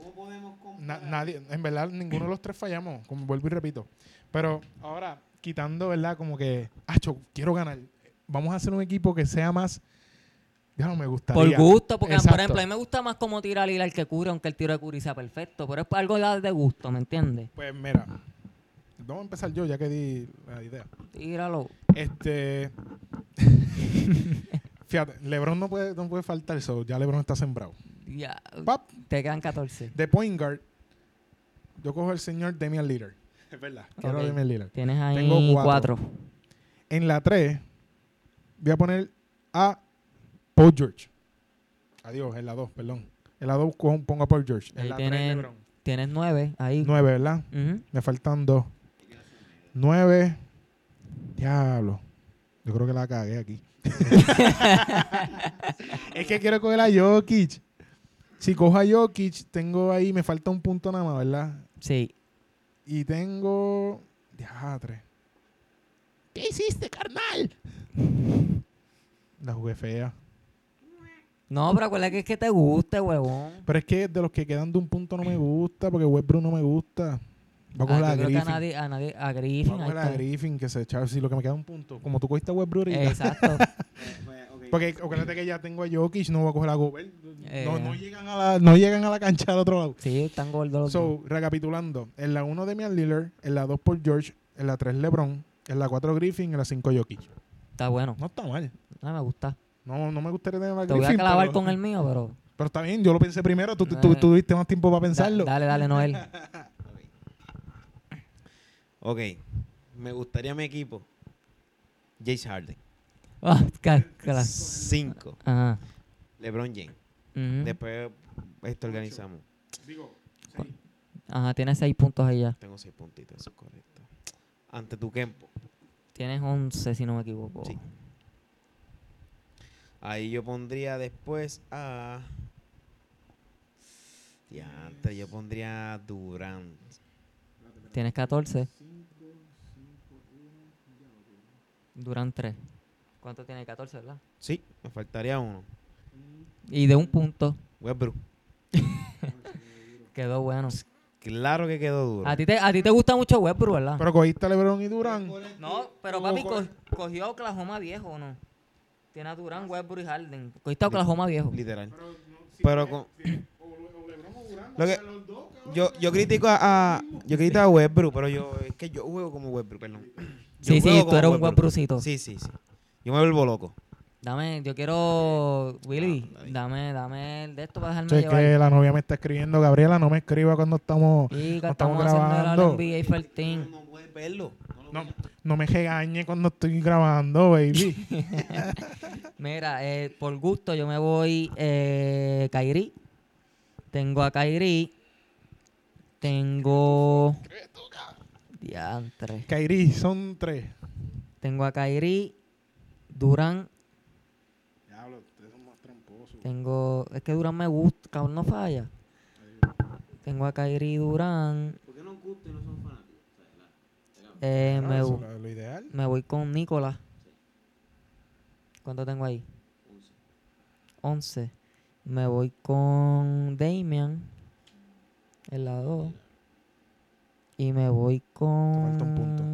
S1: na- nadie, en verdad, ninguno de los tres fallamos. Como vuelvo y repito. Pero ahora, quitando, ¿verdad? Como que. Acho, quiero ganar. Vamos a hacer un equipo que sea más Ya no me gustaría.
S2: Por gusto, porque
S1: Exacto.
S2: por ejemplo, a mí me gusta más cómo tira Lila el que cubre, aunque el tiro de Curry sea perfecto, pero es algo ya de gusto, ¿me entiendes?
S1: Pues mira, vamos a empezar yo ya que di la idea.
S2: Tíralo.
S1: Este. Fíjate, LeBron no puede, no puede faltar, so ya LeBron está sembrado.
S2: Ya,
S1: Pap,
S2: te quedan 14.
S1: de point guard, yo cojo al señor Damian Lillard. Es verdad, quiero a
S2: Ok.
S1: Damian Lillard.
S2: Tienes ahí
S1: Tengo cuatro.
S2: cuatro.
S1: En la 3, voy a poner a Paul George. Adiós, en la 2, perdón. En la 2 pongo a Paul George. En
S2: Ahí
S1: la 3,
S2: tienen-
S1: LeBron.
S2: Tienes nueve ahí.
S1: 9, ¿verdad?
S2: Ujú.
S1: Me faltan 2. 9. Diablo. Yo creo que la cagué aquí. es que quiero coger a Jokic. Si cojo a Jokic, tengo ahí, me falta un punto nada más, ¿verdad?
S2: Sí.
S1: Y tengo. Diatre. ¿Qué hiciste, carnal? La jugué fea.
S2: No, pero acuérdate que es que te guste, huevón.
S1: Pero es que de los que quedan de un punto no me gusta, porque Westbrook no me gusta. Voy a coger
S2: Ah,
S1: a
S2: yo creo que a
S1: Griffin.
S2: nadie, a nadie, a
S1: Voy a
S2: Griffin. ahí
S1: coger a
S2: está. Eh,
S1: Griffin, que se echaba. Si lo que me queda es un punto. Como tú cogiste a Westbrook ahorita.
S2: Exacto.
S1: Porque acuérdate que ya tengo a Jokic, no voy a coger a Gobert. No,
S2: Eh.
S1: no, llegan a la, no llegan a la cancha del otro lado.
S2: sí, están gordos los
S1: So,
S2: dos.
S1: recapitulando. En la 1 Damian Lillard, en la 2 por George, en la 3 LeBron, en la 4 Griffin, en la 5 Jokic.
S2: Está bueno.
S1: No está mal.
S2: No me gusta.
S1: No, no me gustaría tener a
S2: Te voy a
S1: Griffin,
S2: clavar
S1: pero,
S2: con el mío, pero.
S1: pero está bien, yo lo pensé primero, tú, tú-
S2: Eh.
S1: tú tuviste más tiempo para
S2: da-
S1: pensarlo.
S2: dale, dale, Noel.
S3: Ok. Me gustaría mi equipo. James Harden.
S2: Ah, ca- ca-
S3: 5.
S2: Ajá.
S3: LeBron James.
S2: Ujú.
S3: Después esto organizamos.
S1: Digo,
S2: Ajá, tienes seis puntos ahí ya.
S3: Tengo seis puntitos, eso es correcto. Ante tu campo.
S2: Tienes 11, si no me equivoco.
S3: Sí. Ahí yo pondría después a. Ya, antes yo pondría a Durant.
S2: Tienes 14. Duran 3. ¿Cuánto tiene? 14, ¿verdad?
S3: Sí, me faltaría uno.
S2: Y de un punto.
S3: Westbrook.
S2: Quedó bueno.
S3: Claro que quedó duro.
S2: A ti te, a ti te gusta mucho Westbrook, ¿verdad?
S1: Pero cogiste a LeBron y Durán.
S2: no, pero papi co- cogió a Oklahoma viejo, ¿o no? Tiene a Durán, Westbrook y Harden. Cogiste Ah, a Oklahoma viejo.
S3: Literal. Pero con. Lo que- yo, yo critico a, a- yo critico a Westbrook, pero yo es que yo juego como Westbrook, perdón. Yo
S2: Sí, sí,
S3: juego
S2: tú
S3: como
S2: eres un Westbrookcito.
S3: Sí, sí, sí. Yo me vuelvo loco.
S2: Dame, yo quiero. Willy,
S3: Ah, ahí.
S2: dame, dame el de esto para dejarme
S1: Che,
S2: llevar.
S1: que la novia me está escribiendo. Gabriela, no me escriba cuando estamos.
S2: Y que
S1: no
S2: estamos
S1: estamos
S2: haciendo
S1: grabando.
S2: el NBA First Team.
S3: puedes verlo.
S1: No, no me regañe cuando estoy grabando, baby.
S2: Mira, eh, por gusto yo me voy eh, Kairi. Tengo a Kairi. Tengo. Diantre.
S1: Kairi, son tres.
S2: Tengo a Kairi. Durán. Tengo. Es que Durán me gusta, cabrón, no falla. Tengo a Kairi Durán.
S3: ¿Por qué no gusta y no son fanáticos?
S2: eh, me,
S1: Ah, Eso,
S2: gu-
S1: lo, lo ideal.
S2: me voy con Nicolás. ¿Cuánto tengo ahí? 11. Me voy con Damian. El lado 2. Y me voy con.
S1: falta un punto.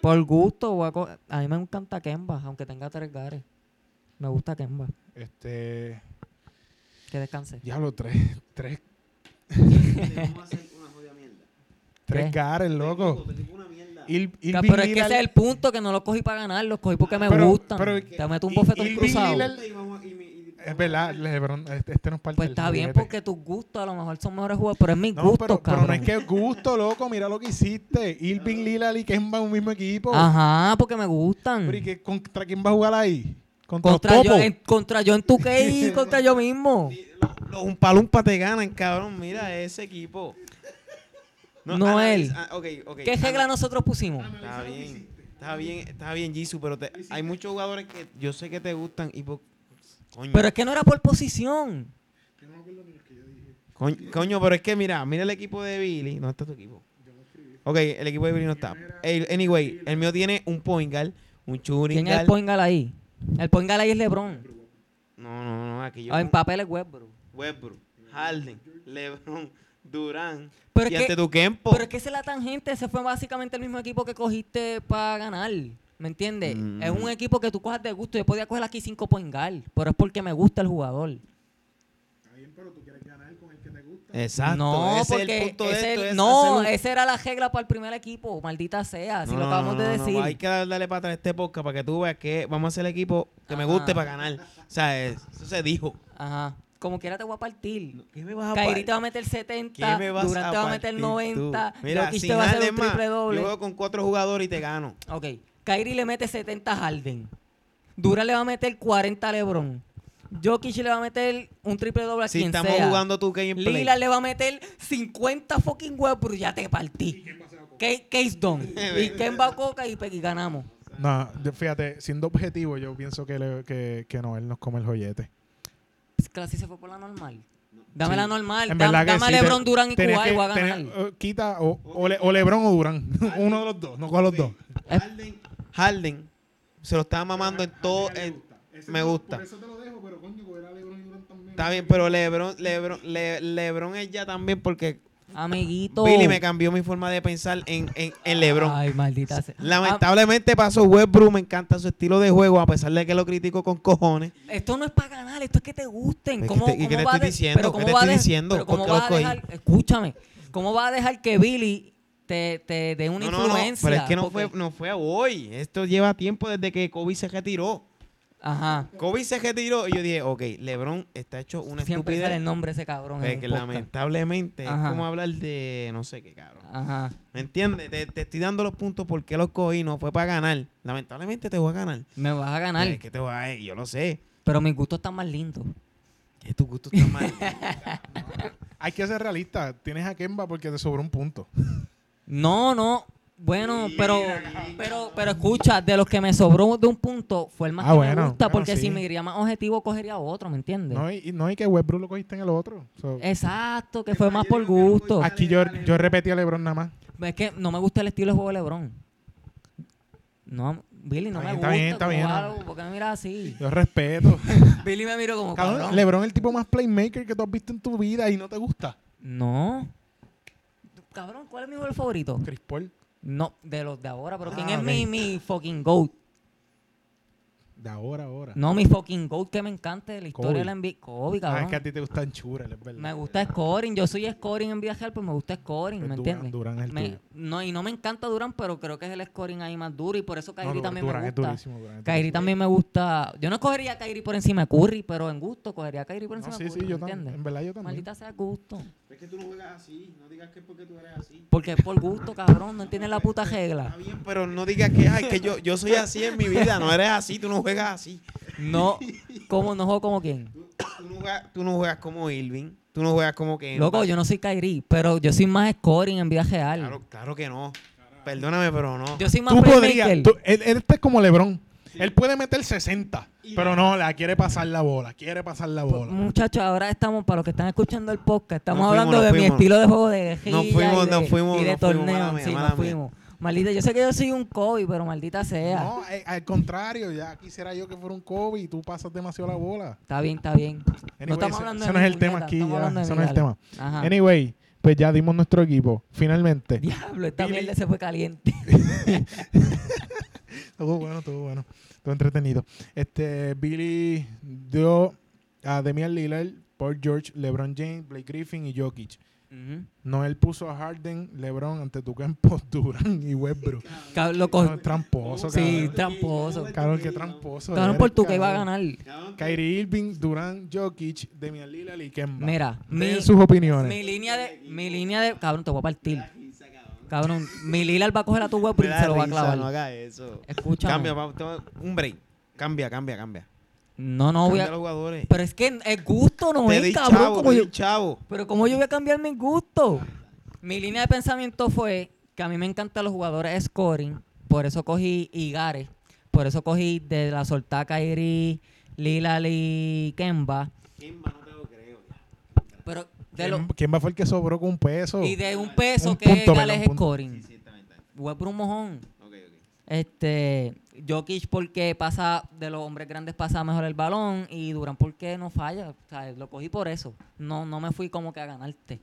S2: Por gusto, voy a, co- a mí me encanta Kemba, aunque tenga tres gares. Me gusta Kemba.
S1: Este.
S2: Que descanse.
S1: Diablo, tres. Tres,
S3: Vamos a hacer una jodida mierda.
S1: tres
S2: ¿Qué?
S1: gares, loco.
S3: una mierda.
S1: Il-
S2: Ca-
S1: Irving
S2: pero es que
S1: Lillard-
S2: ese es el punto que no lo cogí para ganar, los cogí porque me
S1: Pero-
S2: gustan.
S1: pero es que-
S2: Te meto un
S1: y-
S2: bofetón
S1: Irving
S2: cruzado.
S1: Lillard- Es verdad, LeBron, este, este nos parte
S2: Pues
S1: el
S2: está bien
S1: juguete.
S2: porque tus gustos a lo mejor son mejores jugadores, pero es mi
S1: No,
S2: gusto,
S1: pero, pero
S2: cabrón.
S1: no es que es gusto, loco. Mira lo que hiciste.
S3: Ah.
S1: Irving Lillard y Kemba, un mismo equipo.
S2: Ajá, porque me gustan.
S1: Pero ¿y qué- contra quién va a jugar ahí? Contra, los
S2: Contra yo,
S1: topos?
S2: en, contra yo en tu y contra yo mismo.
S3: Los Umpalumpa te ganan, cabrón. Mira ese equipo.
S2: Noel.
S3: analiza- ah, ok, ok.
S2: ¿Qué regla nosotros pusimos?
S3: Está bien. Está bien, está bien, Jisoo, pero te- hay muchos jugadores que yo sé que te gustan y por- coño,
S2: Pero es que no era por posición.
S3: coño, coño, pero es que mira, mira el equipo de Billy, no está tu equipo. Ok, el equipo de Billy no está. El- anyway, el mío tiene un point guard, un shooting
S2: ¿Quién es el
S3: guard.
S2: point guard ahí? El point guard ahí es LeBron.
S3: No, no, no, aquí yo
S2: Ah, en
S3: pongo
S2: papel es Westbrook.
S3: Westbrook, Harden, LeBron, Durán
S2: Pero
S3: y
S2: es,
S3: ante
S2: que,
S3: tu campo.
S2: pero es que esa es la tangente. Ese fue básicamente el mismo equipo que cogiste para ganar. ¿Me entiendes?
S3: Mm.
S2: Es un equipo que tú cojas de gusto. Yo podía coger aquí cinco point guard, pero es porque me gusta el jugador.
S1: Está bien, pero tú quieres ganar con el que te gusta.
S3: Exacto.
S2: no,
S3: ese
S2: porque
S3: es el punto de
S2: ese-
S3: esto. es
S2: no,
S3: hacer un-
S2: esa era la regla para el primer equipo, maldita sea, si
S3: No,
S2: lo
S3: no,
S2: acabamos
S3: no,
S2: de
S3: no,
S2: decir.
S3: Hay que dar- darle para atrás este podcast para que tú veas que vamos a hacer el equipo que me
S2: Ajá.
S3: guste para ganar. O sea, es- eso se dijo.
S2: Ajá. Como quiera te voy a partir.
S3: ¿Qué me vas
S2: Kairi te va
S3: par-
S2: a meter
S3: ¿Qué
S2: 70,
S3: me vas
S2: Durant te va a meter
S3: partir
S2: 90,
S3: tú? Mira,
S2: Jokic
S3: sin
S2: te va a hacer
S3: Harden
S2: un
S3: más,
S2: triple doble.
S3: Yo juego con cuatro jugadores y te gano.
S2: Ok. Kyrie le mete 70 a Harden. Durant le va a meter 40 a LeBron. Jokic le va a meter un triple doble a
S3: Si
S2: quien
S3: estamos
S2: sea.
S3: jugando tu game play.
S2: Lila le va a meter 50 fucking pero ya te partí. Ca- Case done. y Ken va a coca y, pe- y ganamos.
S1: No, de- fíjate, siendo objetivo, yo pienso que, le- que, que Noel nos come el joyete.
S2: Pues Classy se fue por la normal. Dame
S1: Sí.
S2: la normal.
S1: En
S2: Dam-
S1: verdad
S2: Dame,
S1: que
S2: a
S1: sí,
S2: LeBron,
S1: te-
S2: Durán y
S1: tenías
S2: Kuwait y
S1: que-
S2: voy a ganar.
S1: tenías- eh, quita o, o, Le- o Lebron o Durán. Uno de los dos, no con los dos.
S3: Harden, Harden se lo estaba mamando en todo. en- me gusta.
S1: eso te lo dejo, pero coño, era Lebron y Durán también.
S3: Está bien, pero Lebron, Lebron, Le- Lebron es ya también porque
S2: Amiguito.
S3: Billy me cambió mi forma de pensar en, en, en Lebron.
S2: Ay, maldita sea. Ah,
S3: Lamentablemente pasó Westbrook, me encanta su estilo de juego, a pesar de que lo critico con cojones.
S2: Ah, esto no es para ganar, esto es que te gusten.
S3: Es que
S2: ¿Cómo,
S3: te- ¿y qué
S2: cómo
S3: te
S2: va
S3: estoy
S2: de-
S3: diciendo?
S2: pero
S3: ¿Qué
S2: cómo
S3: te
S2: va
S3: estoy
S2: de-
S3: diciendo?
S2: pero cómo
S3: ¿Por qué
S2: va
S3: lo
S2: a
S3: cogí?
S2: dejar, escúchame, ¿cómo va a dejar que Billy te, te dé una
S3: No, no, no,
S2: influencia?
S3: pero es que no
S2: Porque-
S3: fue, no fue a hoy. Esto lleva tiempo desde que Kobe se retiró.
S2: Ajá.
S3: Kobe se retiró y yo dije, ok, Lebron está hecho una
S2: Siempre sale el
S3: estupidez.
S2: nombre de ese cabrón. en
S3: Es
S2: el
S3: que
S2: podcast.
S3: lamentablemente
S2: Ajá.
S3: es como hablar de no sé qué, cabrón.
S2: Ajá.
S3: ¿Me entiendes? Te, te estoy dando los puntos porque los cogí, no fue para ganar. Lamentablemente te voy a ganar.
S2: Me vas a ganar.
S3: Es que te voy a yo lo sé.
S2: Pero mis gustos están más lindos.
S3: Es tu gusto está mal.
S1: Hay que ser realista. Tienes a Kemba porque te sobró un punto.
S2: No, no. Bueno, pero, pero, pero escucha, de los que me sobró de un punto fue el más
S1: Ah,
S2: que me
S1: bueno,
S2: gusta,
S1: bueno,
S2: porque
S1: sí.
S2: si me iría más objetivo, cogería otro, ¿me entiendes?
S1: No, y, y no hay que Westbrook lo cogiste en el otro. So,
S2: Eh, Exacto, que fue más por gusto.
S1: aquí yo, yo repetí a Lebron nada más.
S2: Es que no me gusta el estilo de juego de Lebron. No, Billy, no
S1: Está
S2: me
S1: bien, está
S2: gusta.
S1: bien, está
S2: como
S1: bien.
S2: algo, ¿Por qué me miras así?
S1: Yo respeto.
S2: Billy me miró como
S1: Cabrón,
S2: cabrón.
S1: Lebron es el tipo más playmaker que tú has visto en tu vida y no te gusta.
S2: No. Cabrón, ¿cuál es mi jugador favorito?
S1: Chris Paul.
S2: No, de los de ahora, pero ¿quién
S1: Ah,
S2: es
S1: ok.
S2: mi, mi fucking GOAT?
S1: De ahora a ahora.
S2: No, mi fucking GOAT que me encanta de la historia
S1: Kobe.
S2: de la NBA. Kobe,
S1: Ah,
S2: cabrón.
S1: es que a ti te gusta anchura, es verdad.
S2: Me gusta scoring. Yo soy scoring en vida real, pero me gusta scoring,
S1: Pero
S2: ¿me
S1: Durant-
S2: entiendes?
S1: Durant es el
S2: Me-
S1: tuyo.
S2: no, y no me encanta Durán, pero creo que es el scoring ahí más duro y por eso Kairi
S1: No, Durant-
S2: también
S1: Durant
S2: me
S1: es
S2: gusta.
S1: durísimo, Durant es
S2: Kairi
S1: durísimo.
S2: también me gusta. Yo no escogería a Kairi por encima de Curry, pero en gusto cogería a Kairi por
S1: No,
S2: encima
S1: sí,
S2: de
S1: sí,
S2: Curry,
S1: yo
S2: ¿me
S1: también.
S2: entiendes?
S1: En verdad yo también.
S2: Maldita sea gusto.
S3: Es que tú no juegas así, no digas que es porque tú eres así.
S2: Porque es por gusto, cabrón. No entiendes la puta regla.
S3: Está bien, pero no digas que, ay, que yo, yo soy así en mi vida, no eres así, tú no juegas así.
S2: No, ¿cómo no juego como quién?
S3: Tú, tú no, juegas, tú no juegas como Irving, tú no juegas como que...
S2: Loco, yo no soy Kairi, pero yo soy más scoring en vida real.
S3: Claro, claro que no. Perdóname, pero no.
S2: Yo soy más
S1: Tú podrías.
S2: playmaker.
S1: tú- él, él está como Lebron. Él puede meter 60, pero no, la quiere pasar la bola. Quiere pasar la
S2: Pues,
S1: bola.
S2: Muchachos, ahora estamos, para los que están escuchando el podcast, estamos
S3: Nos fuimos,
S2: hablando
S3: nos
S2: de mi
S3: fuimos.
S2: estilo de juego de gilla
S3: Nos fuimos,
S2: y de,
S3: nos fuimos,
S2: y de
S3: nos fuimos,
S2: torneo.
S3: mala mía,
S2: sí,
S3: mala
S2: nos
S3: mía.
S2: fuimos. Maldita, yo sé que yo soy un Kobe, pero maldita sea.
S1: No, eh, al contrario, ya quisiera yo que fuera un Kobe y tú pasas demasiado la bola.
S2: Está bien, está bien. no
S1: Anyway,
S2: estamos
S1: ese-
S2: hablando
S1: ese
S2: de
S1: no
S2: mí,
S1: es el tema
S2: puñeta,
S1: aquí,
S2: estamos
S1: ya,
S2: hablando de
S1: ese
S2: mí,
S1: no es el
S2: dale.
S1: tema.
S2: Ajá.
S1: Anyway, pues ya dimos nuestro equipo. Finalmente.
S2: Diablo, esta
S1: Billy.
S2: mierda se fue caliente.
S1: Estuvo bueno, estuvo bueno. Estuvo entretenido. Este, Billy dio a Demian Lillard, Paul George, LeBron James, Blake Griffin y Jokic. Noel puso a Harden, LeBron ante tu campo, Durant y Westbrook.
S2: Cab- lo co-
S1: No, tramposo,
S2: Pues, sí,
S1: cabrón.
S2: tramposo.
S1: Cabrón, qué tramposo.
S2: Cabrón,
S1: eres,
S2: por tu que iba a
S1: cabrón.
S2: ganar.
S1: Kyrie Irving, Durant, Jokic, Demian Lillard y Kemba.
S2: Mira,
S1: Den
S2: mi,
S1: sus opiniones.
S2: mi línea de. Mi línea de. Cabrón, te voy a partir. Cabrón, mi Lillard va a coger a tu huevo
S3: Me
S2: y
S3: da
S2: se lo va a
S3: risa, No
S2: clavar.
S3: haga eso.
S2: Escúchame.
S3: Cambia, vamos, toma un break. Cambia, cambia, cambia.
S2: No, no voy
S3: cambia
S2: a.
S3: los jugadores.
S2: Pero es que el gusto no
S3: Te
S2: es,
S3: di
S2: cabrón.
S3: chavo,
S2: como
S3: te
S2: yo,
S3: di chavo.
S2: pero como yo voy a cambiar mi gusto. Mi línea de pensamiento fue que a mí me encantan los jugadores scoring. Por eso cogí Igares. Por eso cogí de la soltada Kairi, Lila y Kemba. Pero de lo,
S1: Kemba- Kemba fue el que sobró con un peso.
S2: y de un peso
S1: Un
S2: que
S1: punto,
S2: Gales
S1: ¿verdad? Un punto.
S2: scoring. Voy por un mojón.
S3: Ok, ok.
S2: Este, Jokic porque pasa de los hombres grandes pasa mejor el balón y Durán porque no falla, o sea, lo cogí por eso. No no me fui como que a ganarte.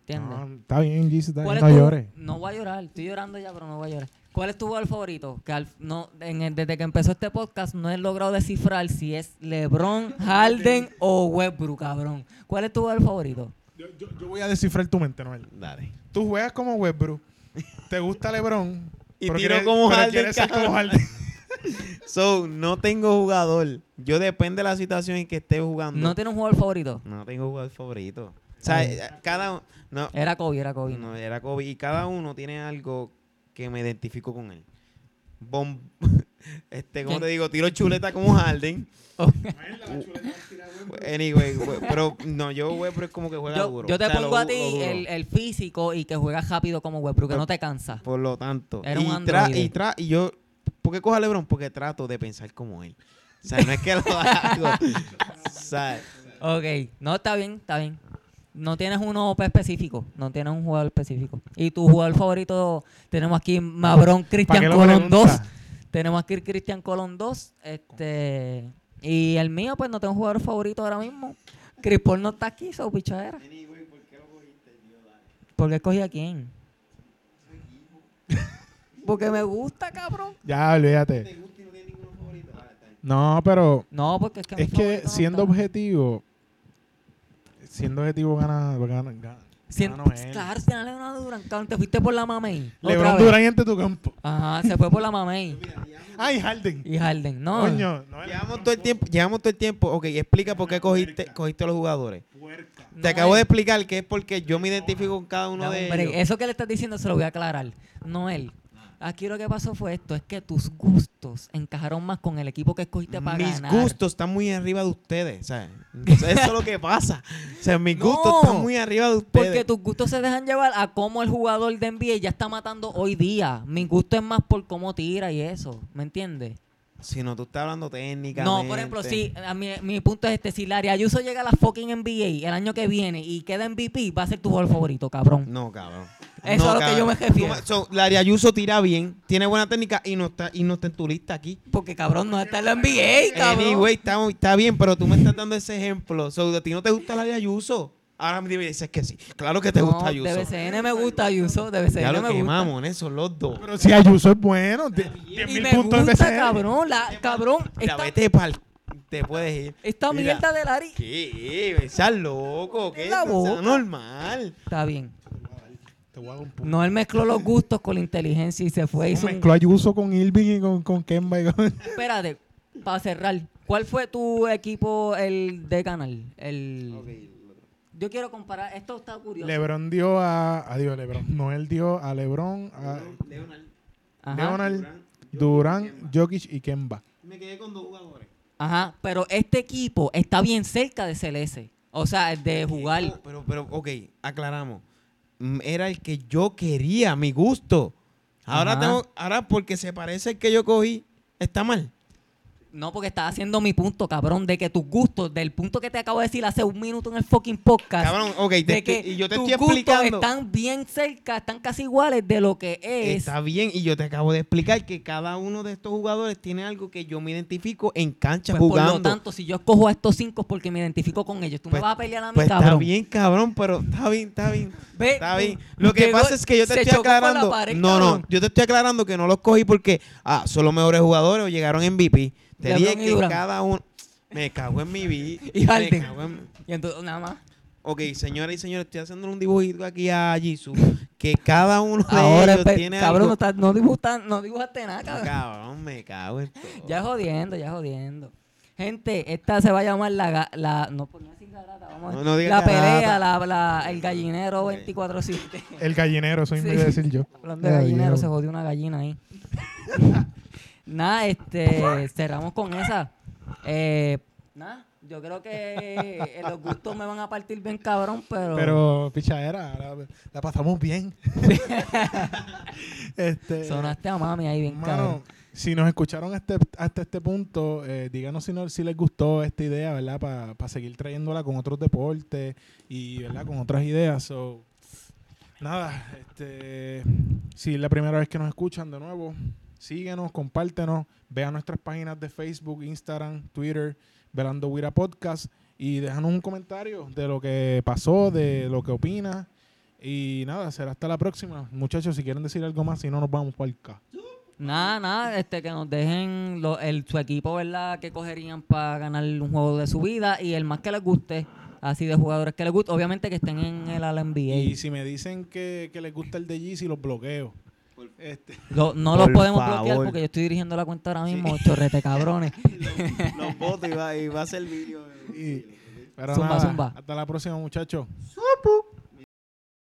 S2: ¿Entiendes?
S1: No, Ah, está bien, Jesus, está
S2: ¿Cuál
S1: bien,
S2: es
S1: no
S2: tu-
S1: llores.
S2: No voy a llorar, estoy llorando ya, pero no voy a llorar. ¿Cuál es tu jugador favorito? Que al- no, en el- desde que empezó este podcast no he logrado descifrar si es LeBron, Harden o Westbrook, cabrón. ¿Cuál es tu jugador favorito?
S1: Yo, yo- yo voy a descifrar tu mente, Noel.
S3: Dale.
S1: Tú juegas como Westbrook, te gusta LeBron,
S3: Y
S1: pero
S3: tiro
S1: quieres-
S3: como
S1: pero
S3: Harden,
S1: quieres ser como
S3: cabrón.
S1: Harden.
S3: So, no tengo jugador. Yo depende de la situación en que esté jugando.
S2: ¿No tiene un jugador favorito?
S3: No tengo jugador favorito. O sea,
S2: Ay.
S3: eh, cada no,
S2: Era Kobe, era Kobe.
S3: no, era Kobe y cada uno tiene algo que me identifico con él. Bom, este, ¿cómo
S2: ¿Quién? Oh.
S3: te digo? Tiro chuleta como Harden. Anyway, we- pero no, yo Westbrook es como que juega
S2: Yo,
S3: duro.
S2: yo te
S3: O sea, lo
S2: pongo a
S3: du-
S2: ti
S3: lo duro.
S2: el, el físico y que juegas rápido como Westbrook, que no te cansa.
S3: Por lo tanto,
S2: Era
S3: y,
S2: un
S3: tra-
S2: androide.
S3: y, tra- y yo, ¿por qué cojo a LeBron? Porque trato de pensar como él. O sea, no es que lo hago. O sea,
S2: Ok, no, está bien, está bien. No tienes uno específico, no tienes un jugador específico. Y tu jugador favorito, tenemos aquí Mabrón
S1: ¿Para qué
S2: Cristian
S1: lo
S2: Colón 2.
S1: preguntas?
S2: Tenemos aquí Cristian Colón 2. Este, y el mío, pues no tengo jugador favorito ahora mismo. Chris Paul no está aquí, su pichadera. ¿Por qué escogí a quién? Porque me gusta, cabrón.
S1: Ya, olvídate. No, pero
S2: No, porque es que mi
S1: es que
S2: favorito no
S1: siendo
S2: está.
S1: objetivo, siendo objetivo gana, gana, gana.
S2: Siendo-
S1: gana Noel.
S2: Pues, Claro, si no le una Durán, cabrón, te fuiste por la mamey. otra
S1: LeBron
S2: vez.
S1: Durant entre tu campo.
S2: Ajá, se fue por la mamey.
S1: Ay, Harden.
S2: Y Harden, no.
S1: Coño, Noel,
S3: Llevamos todo el tiempo, llevamos todo el tiempo. Ok, explica por qué cogiste, cogiste a los jugadores.
S1: puerca.
S2: no
S3: Te acabo
S2: es-
S3: de explicar que es porque yo me identifico con cada uno
S2: Dame
S3: de
S2: un break.
S3: ellos.
S2: Eso que le estás diciendo se lo voy a aclarar. Noel, aquí lo que pasó fue esto, es que tus gustos encajaron más con el equipo que escogiste para
S3: Mis
S2: ganar.
S3: gustos están muy arriba de ustedes, ¿sabes? Entonces, eso es lo que pasa. O sea, mis
S2: No,
S3: gustos están muy arriba de ustedes.
S2: Porque tus gustos se dejan llevar a cómo el jugador de NBA ya está matando hoy día. Mi gusto es más por cómo tira y eso, ¿me entiendes?
S3: Si no, tú estás hablando técnica.
S2: No, por ejemplo, si a mi, mi punto es este, si Larry Ayuso llega a la fucking NBA el año que viene y queda MVP, va a ser tu jugador favorito, cabrón.
S3: No, cabrón.
S2: Eso
S3: No,
S2: es lo que
S3: cabrón.
S2: yo me refiero.
S3: Tú- so, Larry Ayuso tira bien, tiene buena técnica y no está, y no está en tu lista aquí.
S2: Porque cabrón, no está en la NBA, cabrón.
S3: Anyway, está, está bien, pero tú me estás dando ese ejemplo. So, ¿A ti no te gusta Larry Ayuso? Ahora me dices que sí. Claro que te gusta
S2: no,
S3: Ayuso.
S2: DBCN me gusta Ayuso, DBCN
S3: Ya lo
S2: me gusta.
S3: quemamos en eso, los dos.
S1: Pero si Ayuso es bueno,
S2: Y
S1: 10
S2: me
S1: puntos de
S2: gusta,
S1: BCN.
S2: cabrón, la, cabrón,
S3: Mira,
S2: esta,
S3: vete pa'l... Te puedes ir.
S2: esta
S3: Mira,
S2: mierda de Larry.
S3: ¿Qué? Estás loco. ¿Qué?
S2: En la
S3: No sea
S2: boca.
S3: normal.
S2: Está bien.
S1: Te voy a dar un punto.
S2: No, él mezcló los gustos con la inteligencia y se fue. Hizo un-
S1: Mezcló Ayuso con Irving y con, con Kemba. y con-
S2: Espérate, para cerrar, ¿cuál fue tu equipo el de canal? El... Yo quiero comparar, esto está curioso.
S1: LeBron dio a. Adiós, LeBron. Noel dio a LeBron, a
S2: Ajá.
S1: Leonard, Durán, Jokic y Kemba.
S3: Me quedé con dos jugadores.
S2: Ajá, pero este equipo está bien cerca de CLS. O sea, de jugar.
S3: Eh, Pero, pero, ok, aclaramos. Mm, Era el que yo quería, mi gusto. Ahora
S2: Ajá.
S3: tengo, ahora porque se parece al que yo cogí, está mal.
S2: No, porque estás haciendo mi punto, cabrón, de que tus gustos, del punto que te acabo de decir hace un minuto en el fucking podcast.
S3: Cabrón, ok, te
S2: Ah, de
S3: estoy-
S2: que
S3: y yo te
S2: tus
S3: estoy
S2: gustos
S3: explicando.
S2: están bien cerca, están casi iguales de lo que es.
S3: Está bien, y yo te acabo de explicar que cada uno de estos jugadores tiene algo que yo me identifico en cancha
S2: Pues,
S3: jugando.
S2: Por lo tanto, si yo escojo a estos cinco es porque me identifico con ellos, tú
S3: Pues-
S2: me vas a pelear a mí,
S3: pues está
S2: cabrón.
S3: bien, cabrón, pero está bien, está bien.
S2: Ve,
S3: Está
S2: ve,
S3: bien. Lo que
S2: llegó-
S3: pasa es que yo te
S2: se
S3: estoy
S2: chocó con la
S3: aclarando.
S2: pared,
S3: no,
S2: cabrón.
S3: no, yo te estoy aclarando que no los cogí porque ah, son los mejores jugadores o llegaron MVP. Te
S2: LeBron
S3: dije
S2: y
S3: que
S2: Durant.
S3: cada uno. Me cago en mi vida.
S2: Y Harden.
S3: Me cago en-
S2: Y entonces, nada más.
S3: Ok, señoras y señores, estoy haciendo un dibujito aquí a Jisoo. Que cada uno de
S2: Ahora,
S3: ellos
S2: espe-
S3: tiene
S2: cabrón, no,
S3: algo.
S2: estás- no, dibujaste, no dibujaste nada, cabrón.
S3: Cabrón, me cago en todo.
S2: Ya jodiendo, ya jodiendo. Gente, esta se va a llamar la... ga- la no, pues no es sin garata, vamos a-
S3: No, no digas
S2: La pelea,
S3: garata.
S2: la, la- el gallinero 24-7.
S1: El gallinero, eso
S2: Sí.
S1: mismo iba a decir yo.
S2: Hablando de
S1: Ay,
S2: gallinero,
S1: Dios.
S2: se jodió una gallina ahí. nada, este, cerramos con esa. Eh, nada, yo creo que eh, los gustos me van a partir bien cabrón, pero...
S1: Pero, pichadera, la, la pasamos bien. este,
S2: sonaste a mami ahí bien
S1: Mano,
S2: cabrón.
S1: si nos escucharon hasta, hasta este punto, eh, díganos si, no- si les gustó esta idea, ¿verdad? Para seguir trayéndola con otros deportes y, ¿verdad? Con otras ideas. So, nada, este, si es la primera vez que nos escuchan de nuevo, síguenos, compártenos, vean nuestras páginas de Facebook, Instagram, Twitter, Velando Wira Podcast y déjanos un comentario de lo que pasó, de lo que opinas. Y nada, será hasta la próxima. Muchachos, si quieren decir algo más, si no, nos vamos para el K.
S2: Nada, nada, este, que nos dejen lo- el, su equipo, ¿verdad? Que cogerían para ganar un juego de su vida y el más que les guste, así de jugadores que les guste, obviamente que estén en el
S1: Y
S2: All-NBA.
S1: si me dicen que, que les gusta el de Yeezy, los bloqueo. Este,
S2: Lo- no los
S3: Por
S2: podemos
S3: favor.
S2: bloquear porque yo estoy dirigiendo la cuenta ahora mismo, chorrete cabrones.
S3: Los votos y va, y va a ser vídeo.
S1: y- pero
S2: Zumba,
S1: nada,
S2: zumba.
S1: hasta la próxima, muchachos.